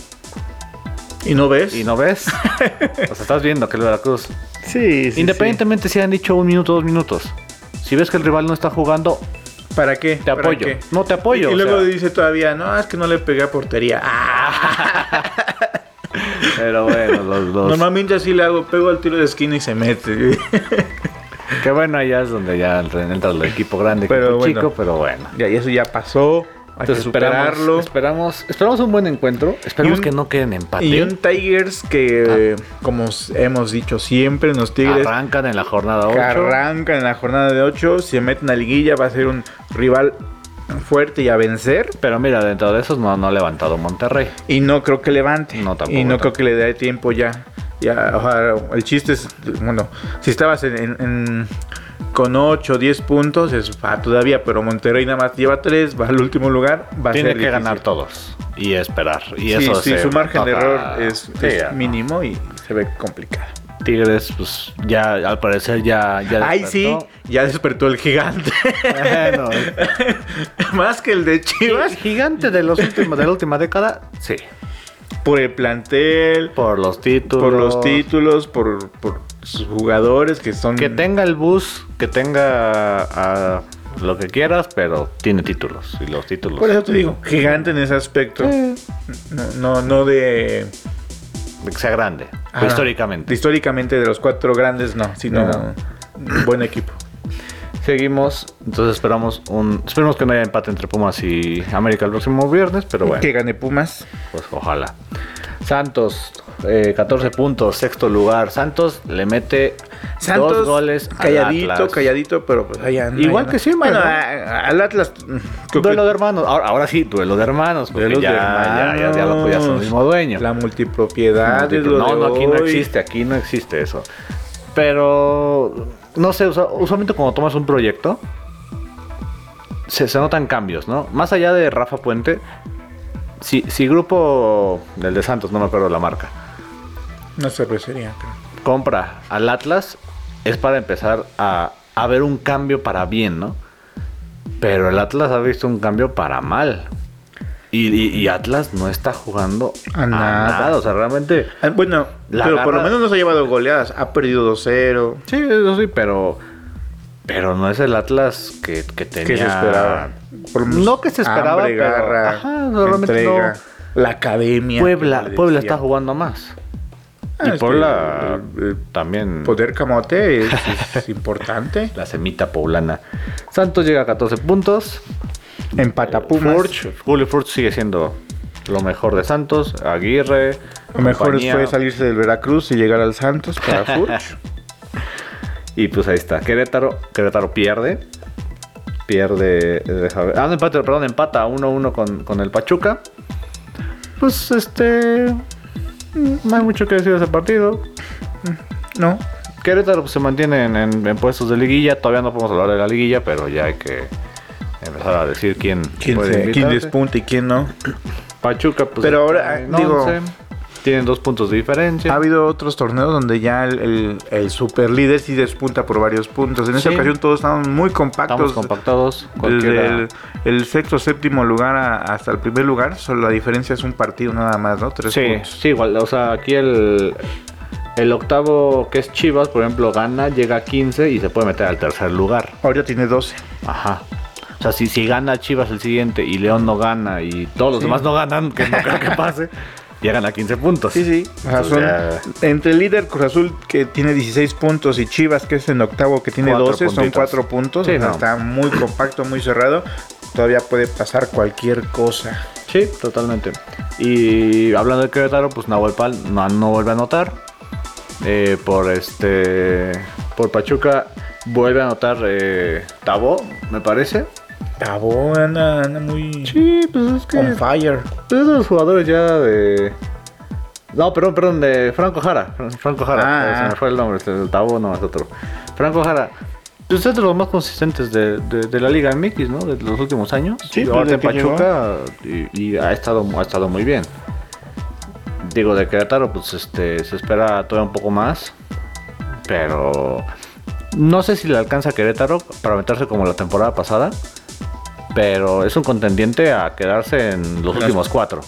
[SPEAKER 1] ¿Y no ves?
[SPEAKER 2] y no ves, o sea, estás viendo que el Veracruz,
[SPEAKER 1] Sí, sí.
[SPEAKER 2] independientemente si han dicho un minuto, dos minutos, si ves que el rival no está jugando,
[SPEAKER 1] sí. ¿Para qué?
[SPEAKER 2] te apoyo. No te
[SPEAKER 1] Apoyo,
[SPEAKER 2] apoyo.
[SPEAKER 1] y
[SPEAKER 2] o
[SPEAKER 1] luego
[SPEAKER 2] sea,
[SPEAKER 1] dice todavía, no, es que no le pegué a portería. Ah,
[SPEAKER 2] Pero bueno, los dos.
[SPEAKER 1] normalmente así le hago, pego al tiro de esquina y se mete.
[SPEAKER 2] que bueno, allá es donde ya entra el equipo grande,
[SPEAKER 1] Pero
[SPEAKER 2] pero
[SPEAKER 1] bueno.
[SPEAKER 2] chico, pero bueno.
[SPEAKER 1] ya, y eso ya pasó. Hay que
[SPEAKER 2] Entonces
[SPEAKER 1] superarlo.
[SPEAKER 2] esperamos, esperamos, esperamos un buen encuentro. Esperamos
[SPEAKER 1] un-
[SPEAKER 2] que no queden empate.
[SPEAKER 1] Y un Tigers que, como hemos dicho siempre, los Tigres
[SPEAKER 2] Arrancan en la jornada 8.
[SPEAKER 1] que arrancan en la jornada de 8, se meten a liguilla, va a ser un rival fuerte y a vencer.
[SPEAKER 2] Pero mira, dentro de esos no, no ha levantado Monterrey.
[SPEAKER 1] Y no creo que levante.
[SPEAKER 2] No, tampoco,
[SPEAKER 1] Y no creo
[SPEAKER 2] tampoco.
[SPEAKER 1] que le dé tiempo ya. Ya, o sea, el chiste es, bueno, si estabas en, en- en- con 8 o 10 puntos, es va todavía, pero Monterrey nada más lleva 3, va al último lugar, va a
[SPEAKER 2] Tiene
[SPEAKER 1] ser
[SPEAKER 2] que
[SPEAKER 1] difícil.
[SPEAKER 2] ganar todos y esperar. Y
[SPEAKER 1] Sí,
[SPEAKER 2] eso
[SPEAKER 1] sí,
[SPEAKER 2] se
[SPEAKER 1] su margen de
[SPEAKER 2] nota.
[SPEAKER 1] error es,
[SPEAKER 2] Sí,
[SPEAKER 1] es
[SPEAKER 2] ya, ¿no?
[SPEAKER 1] mínimo y se ve complicado.
[SPEAKER 2] Tigres, pues ya al parecer ya. ya
[SPEAKER 1] Ahí sí, ya despertó el gigante.
[SPEAKER 2] despertó. Bueno,
[SPEAKER 1] más que el de Chivas,
[SPEAKER 2] Chivas, gigante de, los últimos, de la última década. Sí.
[SPEAKER 1] por el plantel,
[SPEAKER 2] Por los títulos.
[SPEAKER 1] por los títulos, por, por sus jugadores que son...
[SPEAKER 2] Que tenga el bus, que tenga ah, lo que quieras, pero tiene títulos. Y los títulos.
[SPEAKER 1] Por eso te digo, gigante en ese aspecto.
[SPEAKER 2] eh,
[SPEAKER 1] No, no, no de.
[SPEAKER 2] que sea grande.
[SPEAKER 1] ah, no.
[SPEAKER 2] históricamente.
[SPEAKER 1] Históricamente de los cuatro grandes, no, sino
[SPEAKER 2] No.
[SPEAKER 1] un buen equipo.
[SPEAKER 2] Seguimos. Entonces esperamos un. Esperemos que no haya empate entre Pumas y América el próximo viernes, pero bueno.
[SPEAKER 1] Que gane Pumas.
[SPEAKER 2] Pues ojalá. Santos, eh, 14 puntos, sexto lugar. Santos le mete
[SPEAKER 1] Santos,
[SPEAKER 2] dos goles al
[SPEAKER 1] calladito,
[SPEAKER 2] Atlas.
[SPEAKER 1] calladito, pero pues ahí anda,
[SPEAKER 2] Igual
[SPEAKER 1] ahí anda.
[SPEAKER 2] que sí,
[SPEAKER 1] Bueno,
[SPEAKER 2] mano.
[SPEAKER 1] a- a- al Atlas. mm, creo
[SPEAKER 2] Duelo
[SPEAKER 1] que-
[SPEAKER 2] de hermanos. Ahora, ahora sí, duelo de hermanos. Porque
[SPEAKER 1] duelos
[SPEAKER 2] ya,
[SPEAKER 1] de
[SPEAKER 2] ya, ya, ya lo apoyas al
[SPEAKER 1] hermanos,
[SPEAKER 2] mismo dueño.
[SPEAKER 1] La multipropiedad. es lo
[SPEAKER 2] no,
[SPEAKER 1] de
[SPEAKER 2] no, aquí no
[SPEAKER 1] hoy.
[SPEAKER 2] existe, aquí no existe eso. Pero, no sé, usa- usualmente cuando tomas un proyecto, se, se notan cambios, ¿no? Más allá de Rafa Puente, si, si grupo del de Santos, no me acuerdo la marca,
[SPEAKER 1] No se apreciaría, creo.
[SPEAKER 2] compra al Atlas es para empezar a, a ver un cambio para bien, ¿no? Pero el Atlas ha visto un cambio para mal. Y, y- y Atlas no está jugando
[SPEAKER 1] A
[SPEAKER 2] a
[SPEAKER 1] nada.
[SPEAKER 2] nada. O sea, realmente.
[SPEAKER 1] Ah, Bueno,
[SPEAKER 2] La
[SPEAKER 1] pero por
[SPEAKER 2] garra-
[SPEAKER 1] lo menos no se ha llevado goleadas. Ha perdido 2-0.
[SPEAKER 2] Sí, eso sí, pero. Pero no es el Atlas que, que tenía.
[SPEAKER 1] que se esperaba. Por
[SPEAKER 2] No
[SPEAKER 1] mus-
[SPEAKER 2] que se esperaba,
[SPEAKER 1] hambre,
[SPEAKER 2] pero-
[SPEAKER 1] garra,
[SPEAKER 2] ajá, no, realmente
[SPEAKER 1] entrega, La academia.
[SPEAKER 2] Puebla,
[SPEAKER 1] que le
[SPEAKER 2] Puebla
[SPEAKER 1] decía.
[SPEAKER 2] está jugando más.
[SPEAKER 1] Ah,
[SPEAKER 2] y
[SPEAKER 1] es que
[SPEAKER 2] Puebla
[SPEAKER 1] el- el-
[SPEAKER 2] también.
[SPEAKER 1] el eh, poder camote es, es importante.
[SPEAKER 2] La semita poblana. Santos llega a 14 puntos.
[SPEAKER 1] Empata Pumas.
[SPEAKER 2] Furch, Julio Furch sigue siendo lo mejor de Santos. Aguirre.
[SPEAKER 1] Lo mejor
[SPEAKER 2] compañía.
[SPEAKER 1] fue salirse del Veracruz y llegar al Santos para Furch.
[SPEAKER 2] Y pues ahí está. Querétaro. Querétaro pierde. Pierde. deja ver. Ah, no, empate, perdón, empata 1-1 con, con el Pachuca. Pues este. No hay mucho que decir de ese partido.
[SPEAKER 1] no.
[SPEAKER 2] Querétaro pues, se mantiene en, en- en puestos de liguilla. Todavía no podemos hablar de la liguilla, pero ya hay que empezar a decir quién,
[SPEAKER 1] ¿Quién,
[SPEAKER 2] puede
[SPEAKER 1] se- quién
[SPEAKER 2] invitarse.
[SPEAKER 1] despunta y quién no?
[SPEAKER 2] Pachuca, pues.
[SPEAKER 1] Pero ahora,
[SPEAKER 2] en
[SPEAKER 1] digo-
[SPEAKER 2] 11. Tienen dos puntos de diferencia.
[SPEAKER 1] Ha habido otros torneos donde ya el, el, el super líder sí despunta por varios puntos. En esta
[SPEAKER 2] Sí.
[SPEAKER 1] ocasión todos estaban muy compactos.
[SPEAKER 2] Estamos compactados.
[SPEAKER 1] Desde
[SPEAKER 2] cualquiera-
[SPEAKER 1] el, el sexto séptimo lugar a- hasta el primer lugar, solo la diferencia es un partido nada más, ¿no? Tres
[SPEAKER 2] Sí,
[SPEAKER 1] puntos.
[SPEAKER 2] sí, igual. O sea, aquí el, el octavo, que es Chivas, por ejemplo, gana, llega a 15 y se puede meter al tercer lugar.
[SPEAKER 1] Ahorita tiene 12.
[SPEAKER 2] Ajá. O sea, si, si gana Chivas el siguiente y León no gana y todos los
[SPEAKER 1] Sí.
[SPEAKER 2] demás no ganan, que no creo que pase, llegan a 15 puntos.
[SPEAKER 1] Sí, sí. o sea,
[SPEAKER 2] Entonces,
[SPEAKER 1] son-
[SPEAKER 2] ya-
[SPEAKER 1] entre el líder Cruz Azul, que tiene 16 puntos, y Chivas, que es en octavo, que tiene
[SPEAKER 2] Cuatro
[SPEAKER 1] 12, son
[SPEAKER 2] puntitos.
[SPEAKER 1] 4 puntos.
[SPEAKER 2] Sí,
[SPEAKER 1] o sea,
[SPEAKER 2] no.
[SPEAKER 1] Está muy compacto, muy cerrado. Todavía puede pasar cualquier cosa.
[SPEAKER 2] Sí, totalmente. Y hablando de Querétaro, pues Nahuel Pal no, no vuelve a anotar. Eh, por este. Por Pachuca vuelve a anotar eh, Tabó, me parece.
[SPEAKER 1] Tabó anda, anda muy
[SPEAKER 2] Sí, pues es
[SPEAKER 1] on fire.
[SPEAKER 2] Pues esos jugadores ya de. No, perdón, perdón, de Franco Jara. Fran- Franco Jara,
[SPEAKER 1] Ah,
[SPEAKER 2] eh, se
[SPEAKER 1] ah.
[SPEAKER 2] me fue el nombre, este, el tabú no es otro. Franco Jara, pues es de los más consistentes de, de- de la Liga MX, ¿no? De los últimos años.
[SPEAKER 1] Sí,
[SPEAKER 2] Y
[SPEAKER 1] pues,
[SPEAKER 2] ahora
[SPEAKER 1] de
[SPEAKER 2] en
[SPEAKER 1] que
[SPEAKER 2] Pachuca y, y ha, estado, ha estado muy bien. Digo, de Querétaro, pues este, se espera todavía un poco más. Pero no sé si le alcanza a Querétaro para meterse como la temporada pasada. Pero es un contendiente a quedarse en los
[SPEAKER 1] Las-
[SPEAKER 2] últimos cuatro.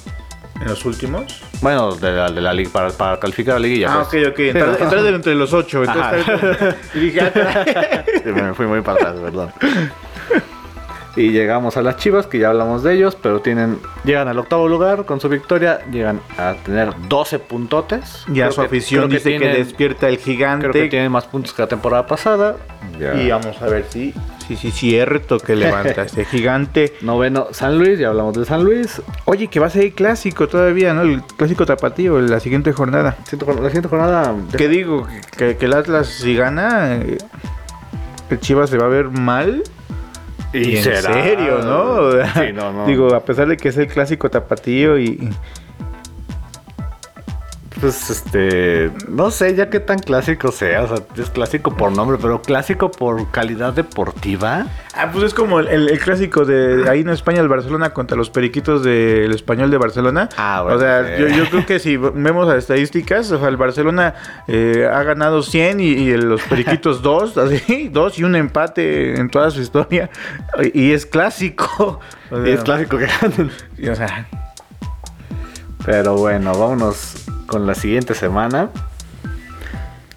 [SPEAKER 1] ¿En los últimos?
[SPEAKER 2] Bueno, de la, de la liga, para, para calificar a la liguilla.
[SPEAKER 1] ah, ok,
[SPEAKER 2] pues.
[SPEAKER 1] ok. Entrar,
[SPEAKER 2] Sí, ¿no?
[SPEAKER 1] entrar entre los 8.
[SPEAKER 2] Ajá.
[SPEAKER 1] Y dije, ah, caray.
[SPEAKER 2] Sí, me fui muy para atrás, perdón. Y llegamos a las Chivas, que ya hablamos de ellos, pero tienen llegan al octavo lugar con su victoria, llegan a tener 12 puntotes.
[SPEAKER 1] Ya
[SPEAKER 2] Creo
[SPEAKER 1] su
[SPEAKER 2] que-
[SPEAKER 1] afición
[SPEAKER 2] creo que
[SPEAKER 1] dice que,
[SPEAKER 2] tienen-
[SPEAKER 1] despierta el gigante.
[SPEAKER 2] Creo que tienen más puntos que la temporada pasada. Ya.
[SPEAKER 1] Y vamos a ver si. Sí, sí, cierto que levanta este gigante.
[SPEAKER 2] Noveno, San Luis, ya hablamos de San Luis.
[SPEAKER 1] Oye, que va a ser clásico todavía, ¿no? El clásico tapatío, la siguiente jornada.
[SPEAKER 2] Siento- la siguiente jornada
[SPEAKER 1] ¿Qué digo? Que, que el Atlas, si gana, eh, el Chivas se va a ver mal.
[SPEAKER 2] Y
[SPEAKER 1] en
[SPEAKER 2] será.
[SPEAKER 1] serio, ¿no?
[SPEAKER 2] Sí, no, no.
[SPEAKER 1] Digo, a pesar de que es el clásico tapatío y.
[SPEAKER 2] Pues este, no sé ya qué tan clásico sea, o sea, es clásico por nombre, pero clásico por calidad deportiva.
[SPEAKER 1] Ah, pues es como el, el- el clásico de ahí en España, el Barcelona contra los periquitos del español de Barcelona.
[SPEAKER 2] Ah, bueno,
[SPEAKER 1] O sea,
[SPEAKER 2] sí.
[SPEAKER 1] yo, yo creo que si vemos las estadísticas, o sea, el Barcelona eh, ha ganado 100 y, y los periquitos dos, así, dos y un empate en toda su historia. Y, y es clásico. O sea,
[SPEAKER 2] es clásico que ganen.
[SPEAKER 1] y, o sea,
[SPEAKER 2] Pero bueno, vámonos con la siguiente semana.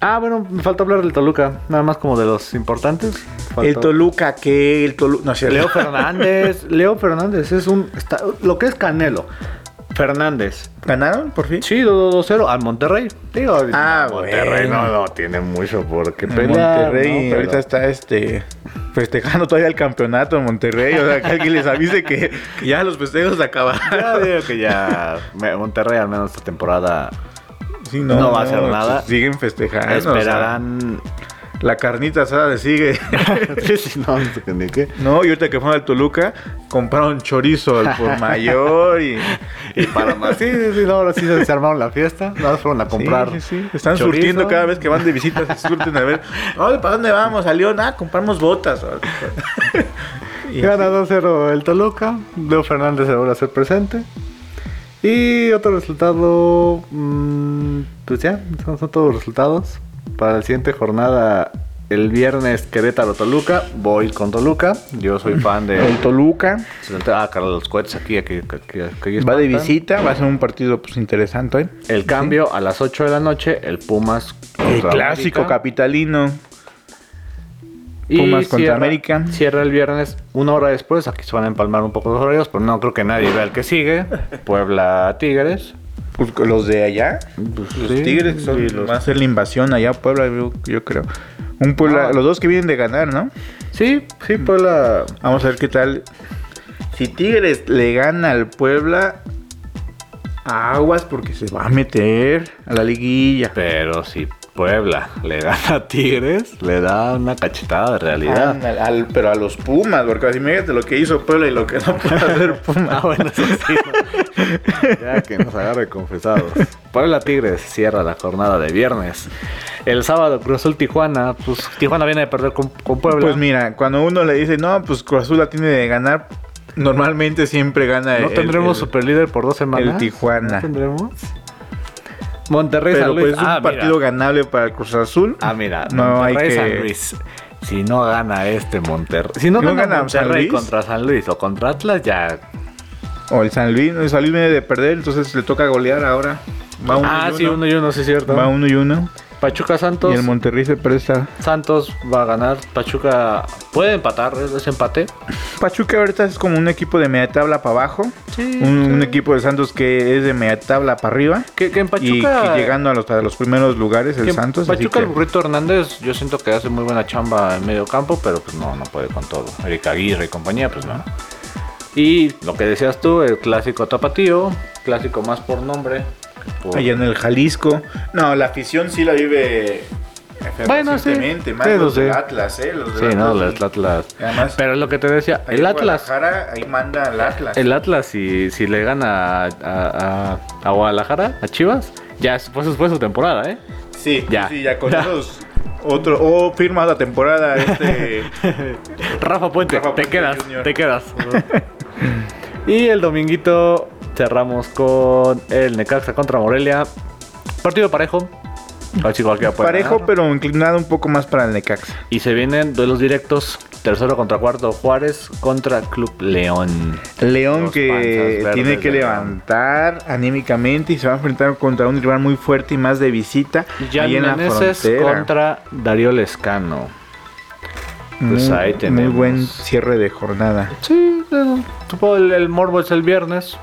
[SPEAKER 2] Ah, bueno, me falta hablar del Toluca, nada más como de los importantes. Falta-
[SPEAKER 1] el Toluca, que el Toluca. No, sí,
[SPEAKER 2] Leo Fernández, Leo Fernández es un está- lo que es Canelo. Fernández.
[SPEAKER 1] ¿Ganaron por fin?
[SPEAKER 2] Sí, 2-0 al Monterrey. Digo,
[SPEAKER 1] Ah,
[SPEAKER 2] Monterrey
[SPEAKER 1] bueno.
[SPEAKER 2] no, no tiene mucho por qué
[SPEAKER 1] En
[SPEAKER 2] pelear, ¿no?
[SPEAKER 1] Monterrey
[SPEAKER 2] Pero-
[SPEAKER 1] ahorita está este festejando todavía el campeonato en Monterrey. O sea, que alguien les avise que, que ya los festejos acabaron.
[SPEAKER 2] Ya digo que ya me- Monterrey al menos esta temporada
[SPEAKER 1] Sí,
[SPEAKER 2] No va a hacer nada.
[SPEAKER 1] Siguen festejando. Ah, o sea,
[SPEAKER 2] esperarán.
[SPEAKER 1] la carnita asada le sigue.
[SPEAKER 2] Sí, sí, no, no sé ni qué.
[SPEAKER 1] No, y ahorita que fueron al Toluca, compraron chorizo al por mayor y.
[SPEAKER 2] Y para más. Sí, sí, sí, no, ahora sí se se armaron la fiesta. Nada más fueron a comprar.
[SPEAKER 1] Sí, sí, sí. Están
[SPEAKER 2] chorizo.
[SPEAKER 1] surtiendo cada vez que van de visitas, se surten a ver. "Oye, ¿Para dónde vamos? A León, ah, compramos botas. Y
[SPEAKER 2] Gana 2-0 el Toluca. Leo Fernández se vuelve a ser presente. Y otro resultado. mm, pues ya, son, son todos los resultados. Para la siguiente jornada El viernes Querétaro-Toluca, voy con Toluca. Yo soy fan de...
[SPEAKER 1] Con Toluca.
[SPEAKER 2] Ah, Carlos, los cohetes aquí, aquí, aquí, aquí
[SPEAKER 1] Va de
[SPEAKER 2] espantan.
[SPEAKER 1] visita, va a ser un partido pues interesante. ¿eh?
[SPEAKER 2] El cambio a las 8 de la noche, el Pumas
[SPEAKER 1] El
[SPEAKER 2] contra
[SPEAKER 1] clásico
[SPEAKER 2] América.
[SPEAKER 1] capitalino.
[SPEAKER 2] Y
[SPEAKER 1] Pumas contra América.
[SPEAKER 2] Cierra el viernes, una hora después. Aquí se van a empalmar un poco los horarios, pero no creo que nadie vea el que sigue. Puebla Tigres.
[SPEAKER 1] Pues, con los de allá.
[SPEAKER 2] Pues,
[SPEAKER 1] Los
[SPEAKER 2] sí,
[SPEAKER 1] Tigres que son,
[SPEAKER 2] y los-
[SPEAKER 1] va a ser la invasión allá a Puebla, yo, yo creo. Un Puebla,
[SPEAKER 2] Ah.
[SPEAKER 1] los dos que vienen de ganar, ¿no?
[SPEAKER 2] Sí, sí,
[SPEAKER 1] Mm.
[SPEAKER 2] Puebla.
[SPEAKER 1] Vamos a ver qué tal. Si Tigres le gana al Puebla, aguas porque se va a meter a la liguilla.
[SPEAKER 2] Pero si Puebla le gana a Tigres, le da una cachetada de realidad.
[SPEAKER 1] Ándale, al- pero a los Pumas, porque así imagínate lo que hizo Puebla y lo que no puede hacer Pumas.
[SPEAKER 2] Ah, bueno, eso sí. ya que nos agarre confesados. Puebla Tigres cierra la jornada de viernes. El sábado Cruz Azul Tijuana. Pues Tijuana viene de perder con, con Puebla.
[SPEAKER 1] Pues mira, cuando uno le dice, no, pues Cruz Azul la tiene de ganar, normalmente siempre gana
[SPEAKER 2] no
[SPEAKER 1] el-
[SPEAKER 2] tendremos
[SPEAKER 1] el-
[SPEAKER 2] superlíder por dos semanas.
[SPEAKER 1] el Tijuana.
[SPEAKER 2] ¿No tendremos. Monterrey
[SPEAKER 1] Pero
[SPEAKER 2] San Luis.
[SPEAKER 1] pues es un
[SPEAKER 2] Ah, mira.
[SPEAKER 1] partido ganable para el Cruz Azul.
[SPEAKER 2] Ah, mira.
[SPEAKER 1] No hay
[SPEAKER 2] Monterrey San
[SPEAKER 1] que-
[SPEAKER 2] Luis. Si no gana este Monterrey. Si no,
[SPEAKER 1] ¿No
[SPEAKER 2] gana,
[SPEAKER 1] gana San
[SPEAKER 2] Monterrey
[SPEAKER 1] Luis?
[SPEAKER 2] contra San Luis o contra Atlas, ya.
[SPEAKER 1] O el San Luis, el San Luis viene de perder, entonces le toca golear ahora. Va uno
[SPEAKER 2] ah,
[SPEAKER 1] y
[SPEAKER 2] sí,
[SPEAKER 1] uno.
[SPEAKER 2] uno y uno, sí es cierto.
[SPEAKER 1] Va uno y uno.
[SPEAKER 2] Pachuca Santos.
[SPEAKER 1] Y el Monterrey se presta.
[SPEAKER 2] Santos va a ganar, Pachuca puede empatar, es desempate.
[SPEAKER 1] Pachuca ahorita es como un equipo de media tabla para abajo.
[SPEAKER 2] Sí.
[SPEAKER 1] Un, un equipo de Santos que es de media tabla para arriba.
[SPEAKER 2] Que, que en
[SPEAKER 1] Y
[SPEAKER 2] Pachuca.
[SPEAKER 1] que llegando a los, a los primeros lugares el
[SPEAKER 2] que en
[SPEAKER 1] Santos. así
[SPEAKER 2] Pachuca,
[SPEAKER 1] que-
[SPEAKER 2] el burrito Hernández, yo siento que hace muy buena chamba en medio campo, pero pues no, no puede con todo. Erika Aguirre y compañía, pues no. Y lo que decías tú, el clásico tapatío, clásico más por nombre. que por-
[SPEAKER 1] allá en el Jalisco. No, la afición sí la vive
[SPEAKER 2] Bueno, sí.
[SPEAKER 1] efervescentemente, más
[SPEAKER 2] Sí, lo
[SPEAKER 1] los del
[SPEAKER 2] sé.
[SPEAKER 1] Atlas, eh, los
[SPEAKER 2] Sí,
[SPEAKER 1] del
[SPEAKER 2] no,
[SPEAKER 1] Atlas.
[SPEAKER 2] el Atlas.
[SPEAKER 1] Además,
[SPEAKER 2] Pero lo que te decía,
[SPEAKER 1] ahí
[SPEAKER 2] el
[SPEAKER 1] en
[SPEAKER 2] Atlas.
[SPEAKER 1] Guadalajara, ahí manda el Atlas.
[SPEAKER 2] El Atlas, si, si le gana a, a- a- a Guadalajara, a Chivas, ya es- fue, su- fue su temporada, ¿eh?
[SPEAKER 1] Sí,
[SPEAKER 2] Ya.
[SPEAKER 1] ya. sí, ya con
[SPEAKER 2] Ya.
[SPEAKER 1] esos otro o firma la temporada este
[SPEAKER 2] Rafa Puente,
[SPEAKER 1] Rafa
[SPEAKER 2] te
[SPEAKER 1] Puente
[SPEAKER 2] quedas,
[SPEAKER 1] Jr..
[SPEAKER 2] te quedas. y el dominguito cerramos con el Necaxa contra Morelia. Partido parejo. Así cualquiera puede
[SPEAKER 1] parejo
[SPEAKER 2] ganar.
[SPEAKER 1] pero inclinado un poco más para el Necaxa.
[SPEAKER 2] Y se vienen duelos directos. Tercero contra cuarto, Juárez contra Club León.
[SPEAKER 1] León
[SPEAKER 2] Los
[SPEAKER 1] que
[SPEAKER 2] panzas
[SPEAKER 1] tiene
[SPEAKER 2] verdes
[SPEAKER 1] que
[SPEAKER 2] de León.
[SPEAKER 1] levantar anímicamente y se va a enfrentar contra un rival muy fuerte y más de visita
[SPEAKER 2] Jan
[SPEAKER 1] ahí en la
[SPEAKER 2] Meneses
[SPEAKER 1] frontera.
[SPEAKER 2] contra Darío Lescano. pues
[SPEAKER 1] muy,
[SPEAKER 2] ahí
[SPEAKER 1] muy
[SPEAKER 2] tenemos.
[SPEAKER 1] buen cierre de jornada.
[SPEAKER 2] Sí, eh, supongo el, el morbo es el viernes.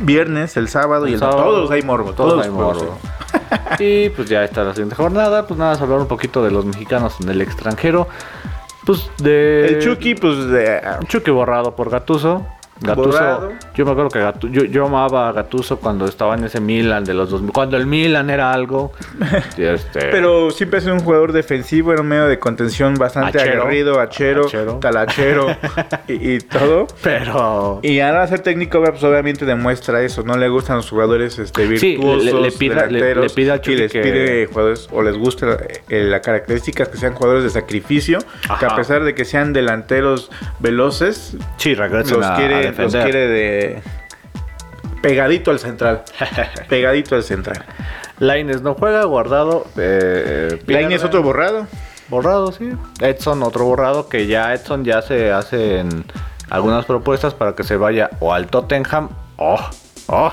[SPEAKER 1] Viernes, el sábado y el
[SPEAKER 2] Sábado.
[SPEAKER 1] todos hay morbo, todos,
[SPEAKER 2] hay
[SPEAKER 1] juegos,
[SPEAKER 2] morbo. Y pues ya está la siguiente jornada. Pues nada, más hablar un poquito de los mexicanos en el extranjero. Pues de.
[SPEAKER 1] eh. El Chucky pues de-
[SPEAKER 2] Chucky borrado por Gatuso. Gatuso.
[SPEAKER 1] Borrado.
[SPEAKER 2] Yo me acuerdo que Gatu- yo, yo amaba a Gatuso cuando estaba en ese Milan de los 2000. Cuando el Milan era algo. Y este,
[SPEAKER 1] Pero siempre es un jugador defensivo, era un medio de contención bastante
[SPEAKER 2] Achero.
[SPEAKER 1] aguerrido, achero,
[SPEAKER 2] Achero.
[SPEAKER 1] talachero y, y todo.
[SPEAKER 2] Pero.
[SPEAKER 1] Y ahora ser técnico, pues obviamente demuestra eso. No le gustan los jugadores este,
[SPEAKER 2] Sí,
[SPEAKER 1] virtuosos,
[SPEAKER 2] le- le- le pide- le-
[SPEAKER 1] delanteros,
[SPEAKER 2] le pide al Chucky
[SPEAKER 1] y les
[SPEAKER 2] que-
[SPEAKER 1] pide jugadores, o les gusta eh, las características que sean jugadores de sacrificio, que
[SPEAKER 2] Ajá.
[SPEAKER 1] a pesar de que sean delanteros veloces,
[SPEAKER 2] Sí, regresen
[SPEAKER 1] los
[SPEAKER 2] a- a
[SPEAKER 1] quiere, los
[SPEAKER 2] defender.
[SPEAKER 1] quiere de pegadito al central, pegadito al central.
[SPEAKER 2] Lainez no juega, guardado. Eh,
[SPEAKER 1] Lain es
[SPEAKER 2] pierde.
[SPEAKER 1] otro borrado.
[SPEAKER 2] Borrado, sí. Edson, otro borrado, que ya Edson ya se hacen algunas propuestas para que se vaya o al Tottenham. ¡Oh! ¡Oh!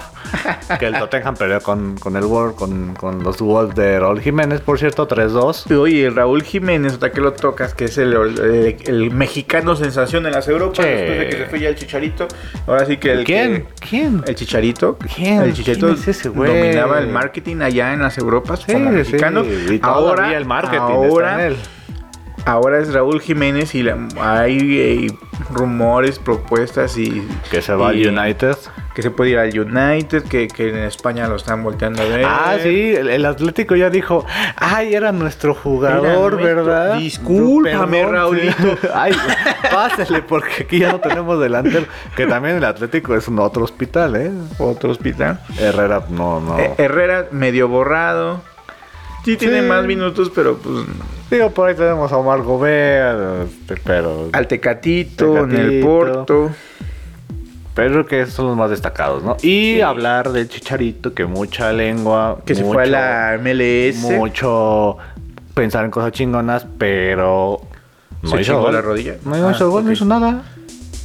[SPEAKER 2] que el Tottenham perdió con, con el Wolf, con, con los Wolves de Raúl Jiménez, por cierto, 3-2.
[SPEAKER 1] Oye, Raúl Jiménez, hasta que lo tocas, que es el, el- el mexicano sensación en las Europas,
[SPEAKER 2] Sí.
[SPEAKER 1] después de que se fue ya el Chicharito. Ahora sí que el
[SPEAKER 2] ¿Quién?
[SPEAKER 1] que-
[SPEAKER 2] ¿Quién?
[SPEAKER 1] el Chicharito.
[SPEAKER 2] ¿Quién?
[SPEAKER 1] El Chicharito
[SPEAKER 2] ¿Quién es ese güey?
[SPEAKER 1] dominaba el marketing allá en las Europas como mexicano.
[SPEAKER 2] Y todavía
[SPEAKER 1] ahora,
[SPEAKER 2] el marketing
[SPEAKER 1] ahora,
[SPEAKER 2] está en él.
[SPEAKER 1] ahora es Raúl Jiménez y la- hay eh, rumores, propuestas y...
[SPEAKER 2] Que se va
[SPEAKER 1] y-
[SPEAKER 2] al United.
[SPEAKER 1] Que se puede ir al United, que, que en España lo están volteando a ver.
[SPEAKER 2] Ah, sí, el, el Atlético ya dijo, ay, era nuestro jugador,
[SPEAKER 1] Era nuestro-
[SPEAKER 2] ¿verdad?
[SPEAKER 1] Discúlpame,
[SPEAKER 2] Perdón".
[SPEAKER 1] Raulito.
[SPEAKER 2] ay, pásale, porque aquí ya no tenemos delantero. Que también el Atlético es un otro hospital, ¿eh?
[SPEAKER 1] Otro hospital.
[SPEAKER 2] Herrera, no, no.
[SPEAKER 1] Eh, Herrera medio borrado. Sí, tiene más minutos, pero pues
[SPEAKER 2] Digo, por ahí tenemos a Omar Gobea, este, pero...
[SPEAKER 1] al Tecatito, en el
[SPEAKER 2] Tecatito.
[SPEAKER 1] Porto.
[SPEAKER 2] Pero que son los más destacados, ¿no? Y hablar del Chicharito, que mucha lengua...
[SPEAKER 1] Que se
[SPEAKER 2] mucho-
[SPEAKER 1] fue a la MLS.
[SPEAKER 2] Mucho pensar en cosas chingonas, pero.
[SPEAKER 1] Se chingó la rodilla.
[SPEAKER 2] No hizo
[SPEAKER 1] Ah,
[SPEAKER 2] gol, no
[SPEAKER 1] ok.
[SPEAKER 2] hizo nada.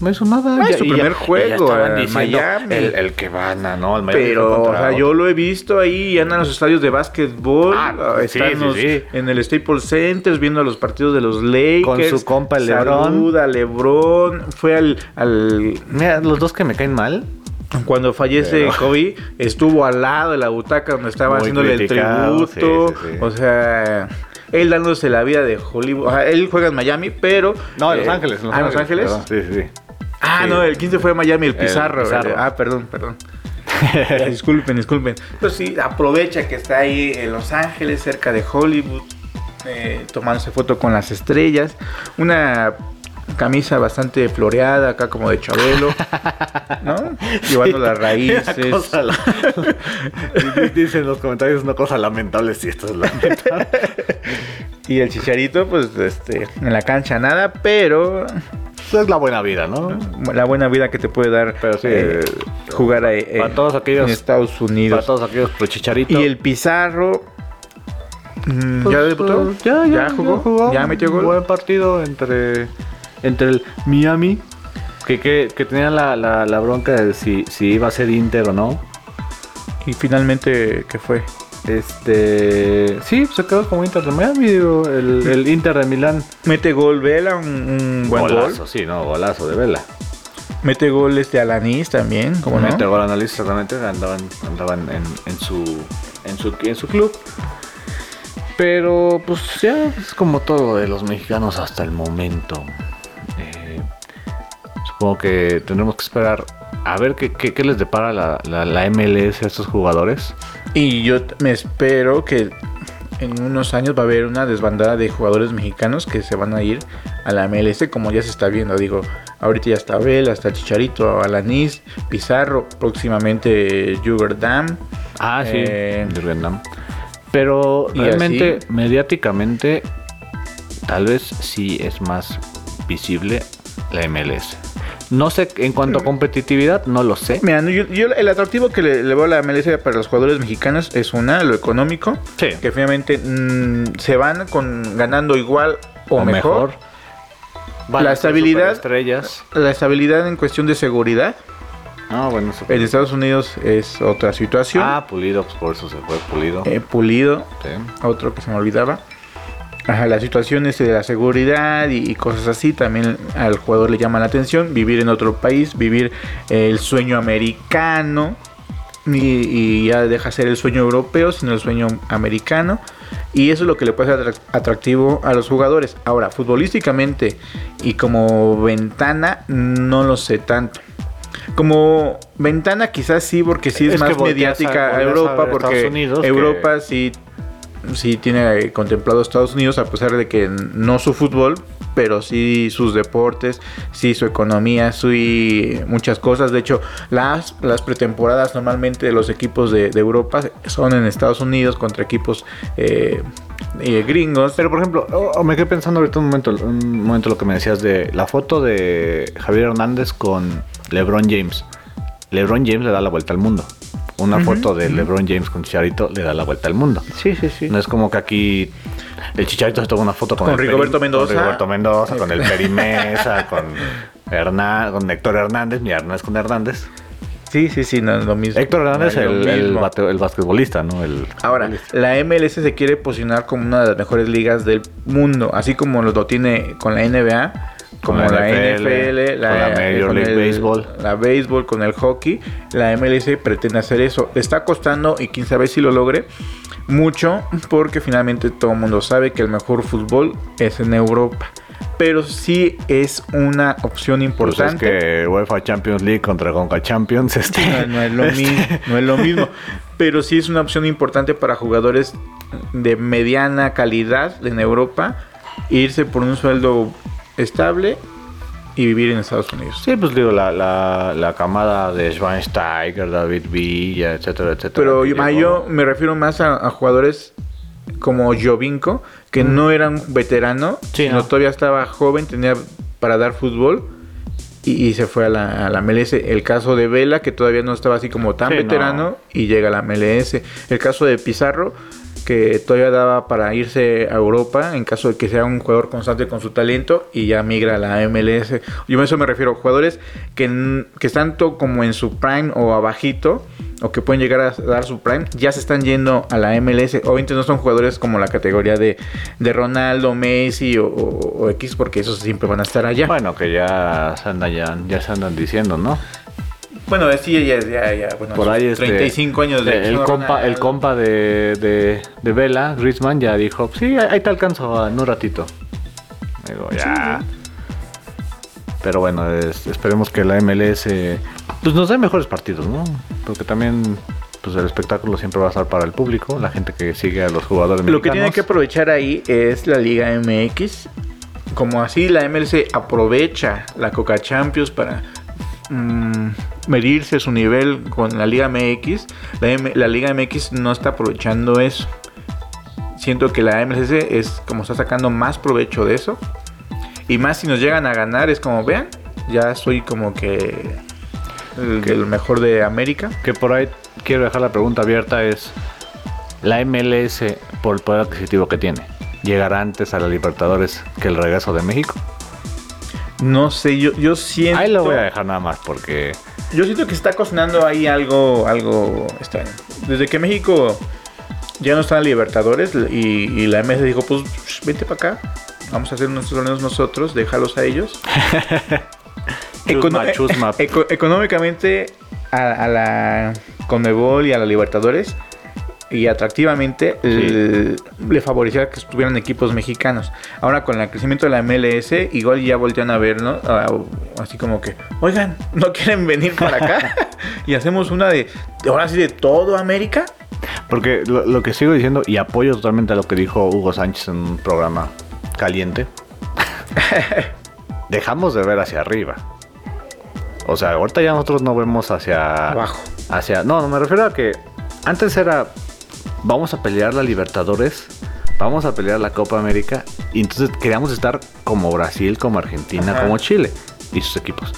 [SPEAKER 2] No hizo nada.
[SPEAKER 1] Ah, es su
[SPEAKER 2] y
[SPEAKER 1] primer
[SPEAKER 2] y
[SPEAKER 1] juego,
[SPEAKER 2] estaban
[SPEAKER 1] eh,
[SPEAKER 2] diciendo,
[SPEAKER 1] Miami.
[SPEAKER 2] El, el que van a, ¿no? El Miami
[SPEAKER 1] Pero,
[SPEAKER 2] contra
[SPEAKER 1] o sea,
[SPEAKER 2] otro.
[SPEAKER 1] yo lo he visto ahí, andan en los estadios de básquetbol,
[SPEAKER 2] Ah, sí,
[SPEAKER 1] están
[SPEAKER 2] sí,
[SPEAKER 1] los-
[SPEAKER 2] sí.
[SPEAKER 1] en el Staples Center viendo los partidos de los Lakers.
[SPEAKER 2] Con su compa, el LeBron.
[SPEAKER 1] Saluda, LeBron. Fue al, al-
[SPEAKER 2] Mira, los dos que me caen mal.
[SPEAKER 1] Cuando fallece
[SPEAKER 2] Pero-
[SPEAKER 1] Kobe, estuvo al lado de la butaca donde estaba
[SPEAKER 2] Muy
[SPEAKER 1] haciéndole el
[SPEAKER 2] criticado,
[SPEAKER 1] tributo.
[SPEAKER 2] sí, sí, sí.
[SPEAKER 1] O sea, él dándose la vida de Hollywood. O sea, él juega en Miami, pero.
[SPEAKER 2] No, en Los
[SPEAKER 1] eh,
[SPEAKER 2] Ángeles. en
[SPEAKER 1] ah, en Los Ángeles.
[SPEAKER 2] perdón. Sí, sí, sí.
[SPEAKER 1] Ah,
[SPEAKER 2] Sí.
[SPEAKER 1] no, el 15 fue a Miami, el
[SPEAKER 2] El
[SPEAKER 1] Pizarro.
[SPEAKER 2] Pizarro.
[SPEAKER 1] eh, Ah, perdón, perdón. Eh, disculpen, disculpen. Pues sí, aprovecha que está ahí en Los Ángeles, cerca de Hollywood, eh, tomándose foto con las estrellas. Una camisa bastante floreada, acá como de Chabelo, ¿no? Llevando las
[SPEAKER 2] Una
[SPEAKER 1] raíces.
[SPEAKER 2] cosa la- Dicen en los comentarios una cosa lamentable si esto es lamentable.
[SPEAKER 1] Y el chicharito, pues, este, en la cancha nada, pero
[SPEAKER 2] Eso es la buena vida, ¿no?
[SPEAKER 1] la buena vida que te puede dar
[SPEAKER 2] Pero sí,
[SPEAKER 1] eh, jugar ahí, eh,
[SPEAKER 2] para todos aquellos-
[SPEAKER 1] en Estados Unidos.
[SPEAKER 2] Para todos aquellos pro chicharito.
[SPEAKER 1] Y el Pizarro. mm,
[SPEAKER 2] Pues,
[SPEAKER 1] ¿Ya debutó?
[SPEAKER 2] pues, Ya, ya,
[SPEAKER 1] jugó?
[SPEAKER 2] ya jugó.
[SPEAKER 1] ¿Ya metió
[SPEAKER 2] Un
[SPEAKER 1] gol?
[SPEAKER 2] Buen partido entre, entre el Miami, que, que, que tenía la, la, la bronca de si, si iba a ser Inter o no.
[SPEAKER 1] Y finalmente, ¿qué fue?
[SPEAKER 2] Este. Sí, se quedó como Inter de Miami, digo, el, el Inter de Milán.
[SPEAKER 1] Mete gol Vela, un, un buen
[SPEAKER 2] golazo,
[SPEAKER 1] gol.
[SPEAKER 2] sí, no, golazo de vela.
[SPEAKER 1] Mete gol este Alanis también, como no?
[SPEAKER 2] Mete gol analistas realmente andaban, andaban en, en su, en, su, en su club. Pero pues ya es como todo de los mexicanos hasta el momento. Eh, supongo que tendremos que esperar a ver qué, qué- qué les depara la, la- la MLS a estos jugadores.
[SPEAKER 1] Y yo t- me espero que en unos años va a haber una desbandada de jugadores mexicanos que se van a ir a la MLS, como ya se está viendo. Digo, ahorita ya está Vela, está Chicharito, Alanis, Pizarro, próximamente eh, Jugerdam.
[SPEAKER 2] Ah, sí.
[SPEAKER 1] Eh,
[SPEAKER 2] de Vietnam. Pero
[SPEAKER 1] y
[SPEAKER 2] realmente,
[SPEAKER 1] así.
[SPEAKER 2] mediáticamente, tal vez sí es más visible la MLS. No sé, en cuanto a competitividad, no lo sé.
[SPEAKER 1] Mira, no, yo, yo el atractivo que le, le veo a la MLS para los jugadores mexicanos es una, lo económico,
[SPEAKER 2] Sí.
[SPEAKER 1] que finalmente mm, se van con ganando igual o,
[SPEAKER 2] O
[SPEAKER 1] mejor.
[SPEAKER 2] Van
[SPEAKER 1] La
[SPEAKER 2] a ser
[SPEAKER 1] estabilidad-
[SPEAKER 2] superestrellas.
[SPEAKER 1] La estabilidad en cuestión de seguridad
[SPEAKER 2] Ah, bueno, eso.
[SPEAKER 1] en Estados Unidos es otra situación.
[SPEAKER 2] Ah, Pulido, pues por eso se fue Pulido.
[SPEAKER 1] Eh, pulido,
[SPEAKER 2] Sí.
[SPEAKER 1] otro que se me olvidaba. Ajá, las situaciones de la seguridad y, y cosas así también al jugador le llama la atención. Vivir en otro país, vivir eh, el sueño americano. Y, y ya deja ser el sueño europeo, sino el sueño americano. Y eso es lo que le puede hacer atrac- atractivo a los jugadores. Ahora, futbolísticamente y como ventana, no lo sé tanto. Como ventana quizás sí, porque sí es,
[SPEAKER 2] Es que
[SPEAKER 1] más
[SPEAKER 2] volteas a-
[SPEAKER 1] mediática a,
[SPEAKER 2] volteas a
[SPEAKER 1] Europa,
[SPEAKER 2] ver
[SPEAKER 1] porque
[SPEAKER 2] Estados Unidos, que-
[SPEAKER 1] Europa sí sí tiene eh, contemplado Estados Unidos, a pesar de que n- no su fútbol, pero sí sus deportes, sí su economía, sí muchas cosas. De hecho, las, las pretemporadas normalmente de los equipos de, de Europa son en Estados Unidos contra equipos eh, eh, gringos.
[SPEAKER 2] Pero por ejemplo, oh, oh, me quedé pensando ahorita un momento, un momento lo que me decías de la foto de Javier Hernández con LeBron James. LeBron James le da la vuelta al mundo. Una foto de LeBron James con Chicharito le da la vuelta al mundo.
[SPEAKER 1] sí, sí, sí.
[SPEAKER 2] No es como que aquí el Chicharito se toma una foto con,
[SPEAKER 1] Con
[SPEAKER 2] el Peri-
[SPEAKER 1] Rigoberto Mendoza.
[SPEAKER 2] Con Rigoberto Mendoza, con el Perimesa, con, Hernán, con Héctor Hernández. Mira, no es con Hernández.
[SPEAKER 1] Sí, sí, sí, no es lo mismo.
[SPEAKER 2] Héctor Hernández,
[SPEAKER 1] No es lo
[SPEAKER 2] el, el,
[SPEAKER 1] mismo.
[SPEAKER 2] bate- el basquetbolista, ¿no? El,
[SPEAKER 1] Ahora, la MLS se quiere posicionar como una de las mejores ligas del mundo, así como lo tiene con la NBA,
[SPEAKER 2] Con
[SPEAKER 1] como la
[SPEAKER 2] la
[SPEAKER 1] NFL,
[SPEAKER 2] NFL, con la Major
[SPEAKER 1] con
[SPEAKER 2] League
[SPEAKER 1] el-
[SPEAKER 2] Baseball.
[SPEAKER 1] la béisbol, con el hockey. La MLS pretende hacer eso. Le Está costando y quién sabe si lo logre mucho, porque finalmente todo el mundo sabe que el mejor fútbol es en Europa. Pero sí es una opción
[SPEAKER 2] Pues es
[SPEAKER 1] importante.
[SPEAKER 2] que UEFA Champions League contra Conca Champions. Este,
[SPEAKER 1] No, no es lo
[SPEAKER 2] este,
[SPEAKER 1] mismo, no es lo mismo. Pero sí es una opción importante para jugadores de mediana calidad en Europa irse por un sueldo estable y vivir en Estados Unidos.
[SPEAKER 2] Sí, pues digo, la, la, la camada de Schweinsteiger, David Villa, etcétera, etcétera.
[SPEAKER 1] Pero
[SPEAKER 2] que
[SPEAKER 1] yo, ma,
[SPEAKER 2] llegó.
[SPEAKER 1] yo me refiero más a, a jugadores como Jovinko, que no era un veterano,
[SPEAKER 2] Mm. Sí,
[SPEAKER 1] sino
[SPEAKER 2] no.
[SPEAKER 1] todavía estaba joven, tenía para dar fútbol. Y, y se fue a la, a la MLS. El caso de Vela, que todavía no estaba así como tan
[SPEAKER 2] Sí, no.
[SPEAKER 1] veterano, y llega a la MLS. El caso de Pizarro, que todavía daba para irse a Europa en caso de que sea un jugador constante con su talento y ya migra a la MLS. Yo a eso me refiero, jugadores que, que tanto como en su prime o abajito o que pueden llegar a dar su prime, ya se están yendo a la MLS. Obviamente no son jugadores como la categoría de, de Ronaldo, Messi o, o, o, X, porque esos siempre van a estar allá.
[SPEAKER 2] Bueno, que ya se andan, ya, ya se andan diciendo, ¿no?
[SPEAKER 1] Bueno, sí, ya, ya, ya. Bueno,
[SPEAKER 2] Por ahí este,
[SPEAKER 1] 35 años de...
[SPEAKER 2] El compa, el compa de, de, de Vela, Griezmann, ya dijo, sí, ahí te alcanzo en un ratito. Digo, ya. Sí, sí. Pero bueno, es, esperemos que la MLS pues nos dé mejores partidos, ¿no? Porque también pues el espectáculo siempre va a estar para el público, la gente que sigue a los jugadores.
[SPEAKER 1] Lo que
[SPEAKER 2] mexicanos.
[SPEAKER 1] tiene que aprovechar ahí es la Liga MX. Como así la MLS aprovecha la Coca Champions para Mm, medirse su nivel con la Liga MX. La, M la, Liga MX no está aprovechando eso. Siento que la MLC es como está sacando más provecho de eso. Y más si nos llegan a ganar, es como vean, ya soy como que el, que, el mejor de América.
[SPEAKER 2] Que por ahí quiero dejar la pregunta abierta: es la MLS, por el poder adquisitivo que tiene, llegará antes a la Libertadores que el regreso de México?
[SPEAKER 1] No sé, yo, yo siento.
[SPEAKER 2] Ahí lo voy a dejar nada más porque.
[SPEAKER 1] Yo siento que está cocinando ahí algo, algo extraño. Desde que México ya no está en Libertadores y, y la MS dijo, pues vete para acá, vamos a hacer nuestros torneos nosotros, déjalos a ellos.
[SPEAKER 2] chusma, chusma.
[SPEAKER 1] Eco económicamente a, a, la Conmebol y a la Libertadores y atractivamente sí. el, le favorecía que estuvieran equipos mexicanos. Ahora con el crecimiento de la MLS, igual ya voltean a ver, ¿no? así como que, oigan, ¿no quieren venir para acá? y hacemos una de, ahora sí, de todo América.
[SPEAKER 2] Porque lo, lo, que sigo diciendo, y apoyo totalmente a lo que dijo Hugo Sánchez en un programa caliente, dejamos de ver hacia arriba. O sea, ahorita ya nosotros no vemos hacia...
[SPEAKER 1] Abajo.
[SPEAKER 2] Hacia... No, no me refiero a que antes era vamos a pelear la Libertadores, vamos a pelear la Copa América. Y entonces queríamos estar como Brasil, como Argentina, Ajá. como Chile y sus equipos.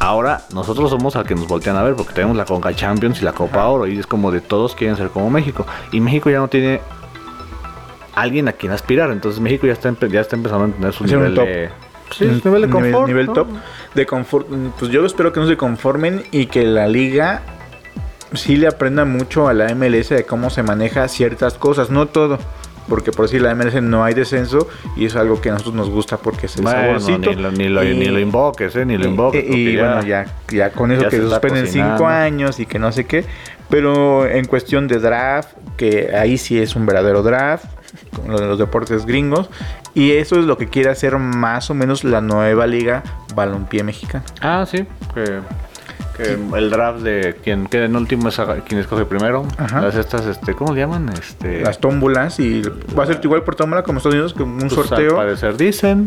[SPEAKER 2] Ahora nosotros somos al que nos voltean a ver porque tenemos la Conca Champions y la Copa Ajá. Oro. Y es como de todos quieren ser como México. Y México ya no tiene alguien a quien aspirar. Entonces México ya está, ya está empezando a tener su
[SPEAKER 1] es
[SPEAKER 2] nivel
[SPEAKER 1] top.
[SPEAKER 2] de.
[SPEAKER 1] Sí, es nivel de confort. Nivel, nivel ¿no? top. De confort. Pues yo espero que no se conformen y que la liga sí le aprenda mucho a la MLS de cómo se maneja ciertas cosas, no todo. Porque por si la MLS no hay descenso y es algo que a nosotros nos gusta porque es el
[SPEAKER 2] bueno,
[SPEAKER 1] saborcito.
[SPEAKER 2] Ni lo, ni, lo, y, ni lo invoques, ¿eh? ni lo invoques.
[SPEAKER 1] Y, y bueno, ya, ya con eso ya que se suspenden cinco años y que no sé qué. Pero en cuestión de draft, que ahí sí es un verdadero draft, con lo de los deportes gringos. Y eso es lo que quiere hacer más o menos la nueva liga balompié mexicana.
[SPEAKER 2] Ah, sí. Que que el draft de quien queda en último es a quien escoge primero. Ajá. Las estas, este, ¿cómo le llaman? Este,
[SPEAKER 1] las tómbolas y va a ser igual por tómbola como Estados Unidos que un pues sorteo.
[SPEAKER 2] Al parecer dicen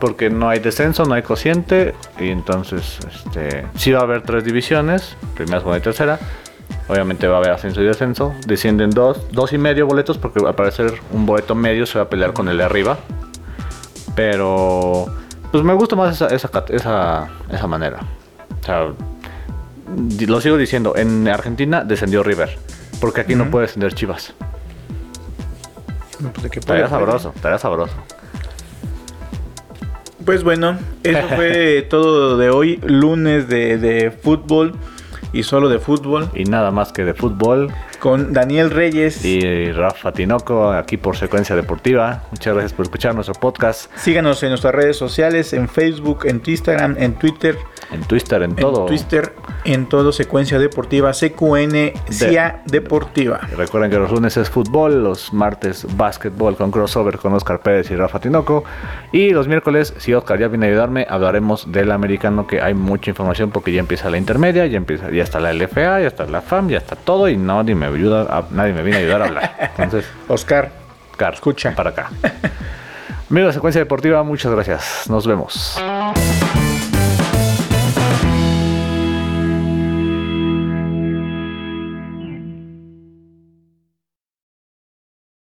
[SPEAKER 2] porque no hay descenso, no hay cociente y entonces, este, sí va a haber tres divisiones, primera, segunda y tercera. Obviamente va a haber ascenso y descenso. Descienden dos, dos y medio boletos porque al parecer un boleto medio se va a pelear con el de arriba. Pero, pues me gusta más esa, esa, esa, esa manera. O sea, lo sigo diciendo, en Argentina descendió River, porque aquí uh -huh. no puede descender Chivas.
[SPEAKER 1] Pues, ¿de qué
[SPEAKER 2] estaría sabroso, estaría sabroso.
[SPEAKER 1] Pues bueno, eso fue todo de hoy, lunes de, de fútbol y solo de fútbol.
[SPEAKER 2] Y nada más que de fútbol.
[SPEAKER 1] Con Daniel Reyes.
[SPEAKER 2] Y Rafa Tinoco, aquí por Secuencia Deportiva. Muchas gracias por escuchar nuestro podcast.
[SPEAKER 1] Síganos en nuestras redes sociales, en Facebook, en Instagram, en Twitter.
[SPEAKER 2] En Twitter, en, en todo.
[SPEAKER 1] En Twitter, en todo Secuencia Deportiva, CQN, CIA de, Deportiva.
[SPEAKER 2] Recuerden que los lunes es fútbol, los martes básquetbol con crossover con Oscar Pérez y Rafa Tinoco. Y los miércoles, si Oscar ya viene a ayudarme, hablaremos del americano, que hay mucha información porque ya empieza la intermedia, ya empieza, ya está la LFA, ya está la FAM, ya está todo y nadie me ayuda, a, nadie me viene a ayudar a hablar. Entonces,
[SPEAKER 1] Oscar,
[SPEAKER 2] Oscar
[SPEAKER 1] escucha
[SPEAKER 2] para acá. Amigos de Secuencia Deportiva, muchas gracias. Nos vemos.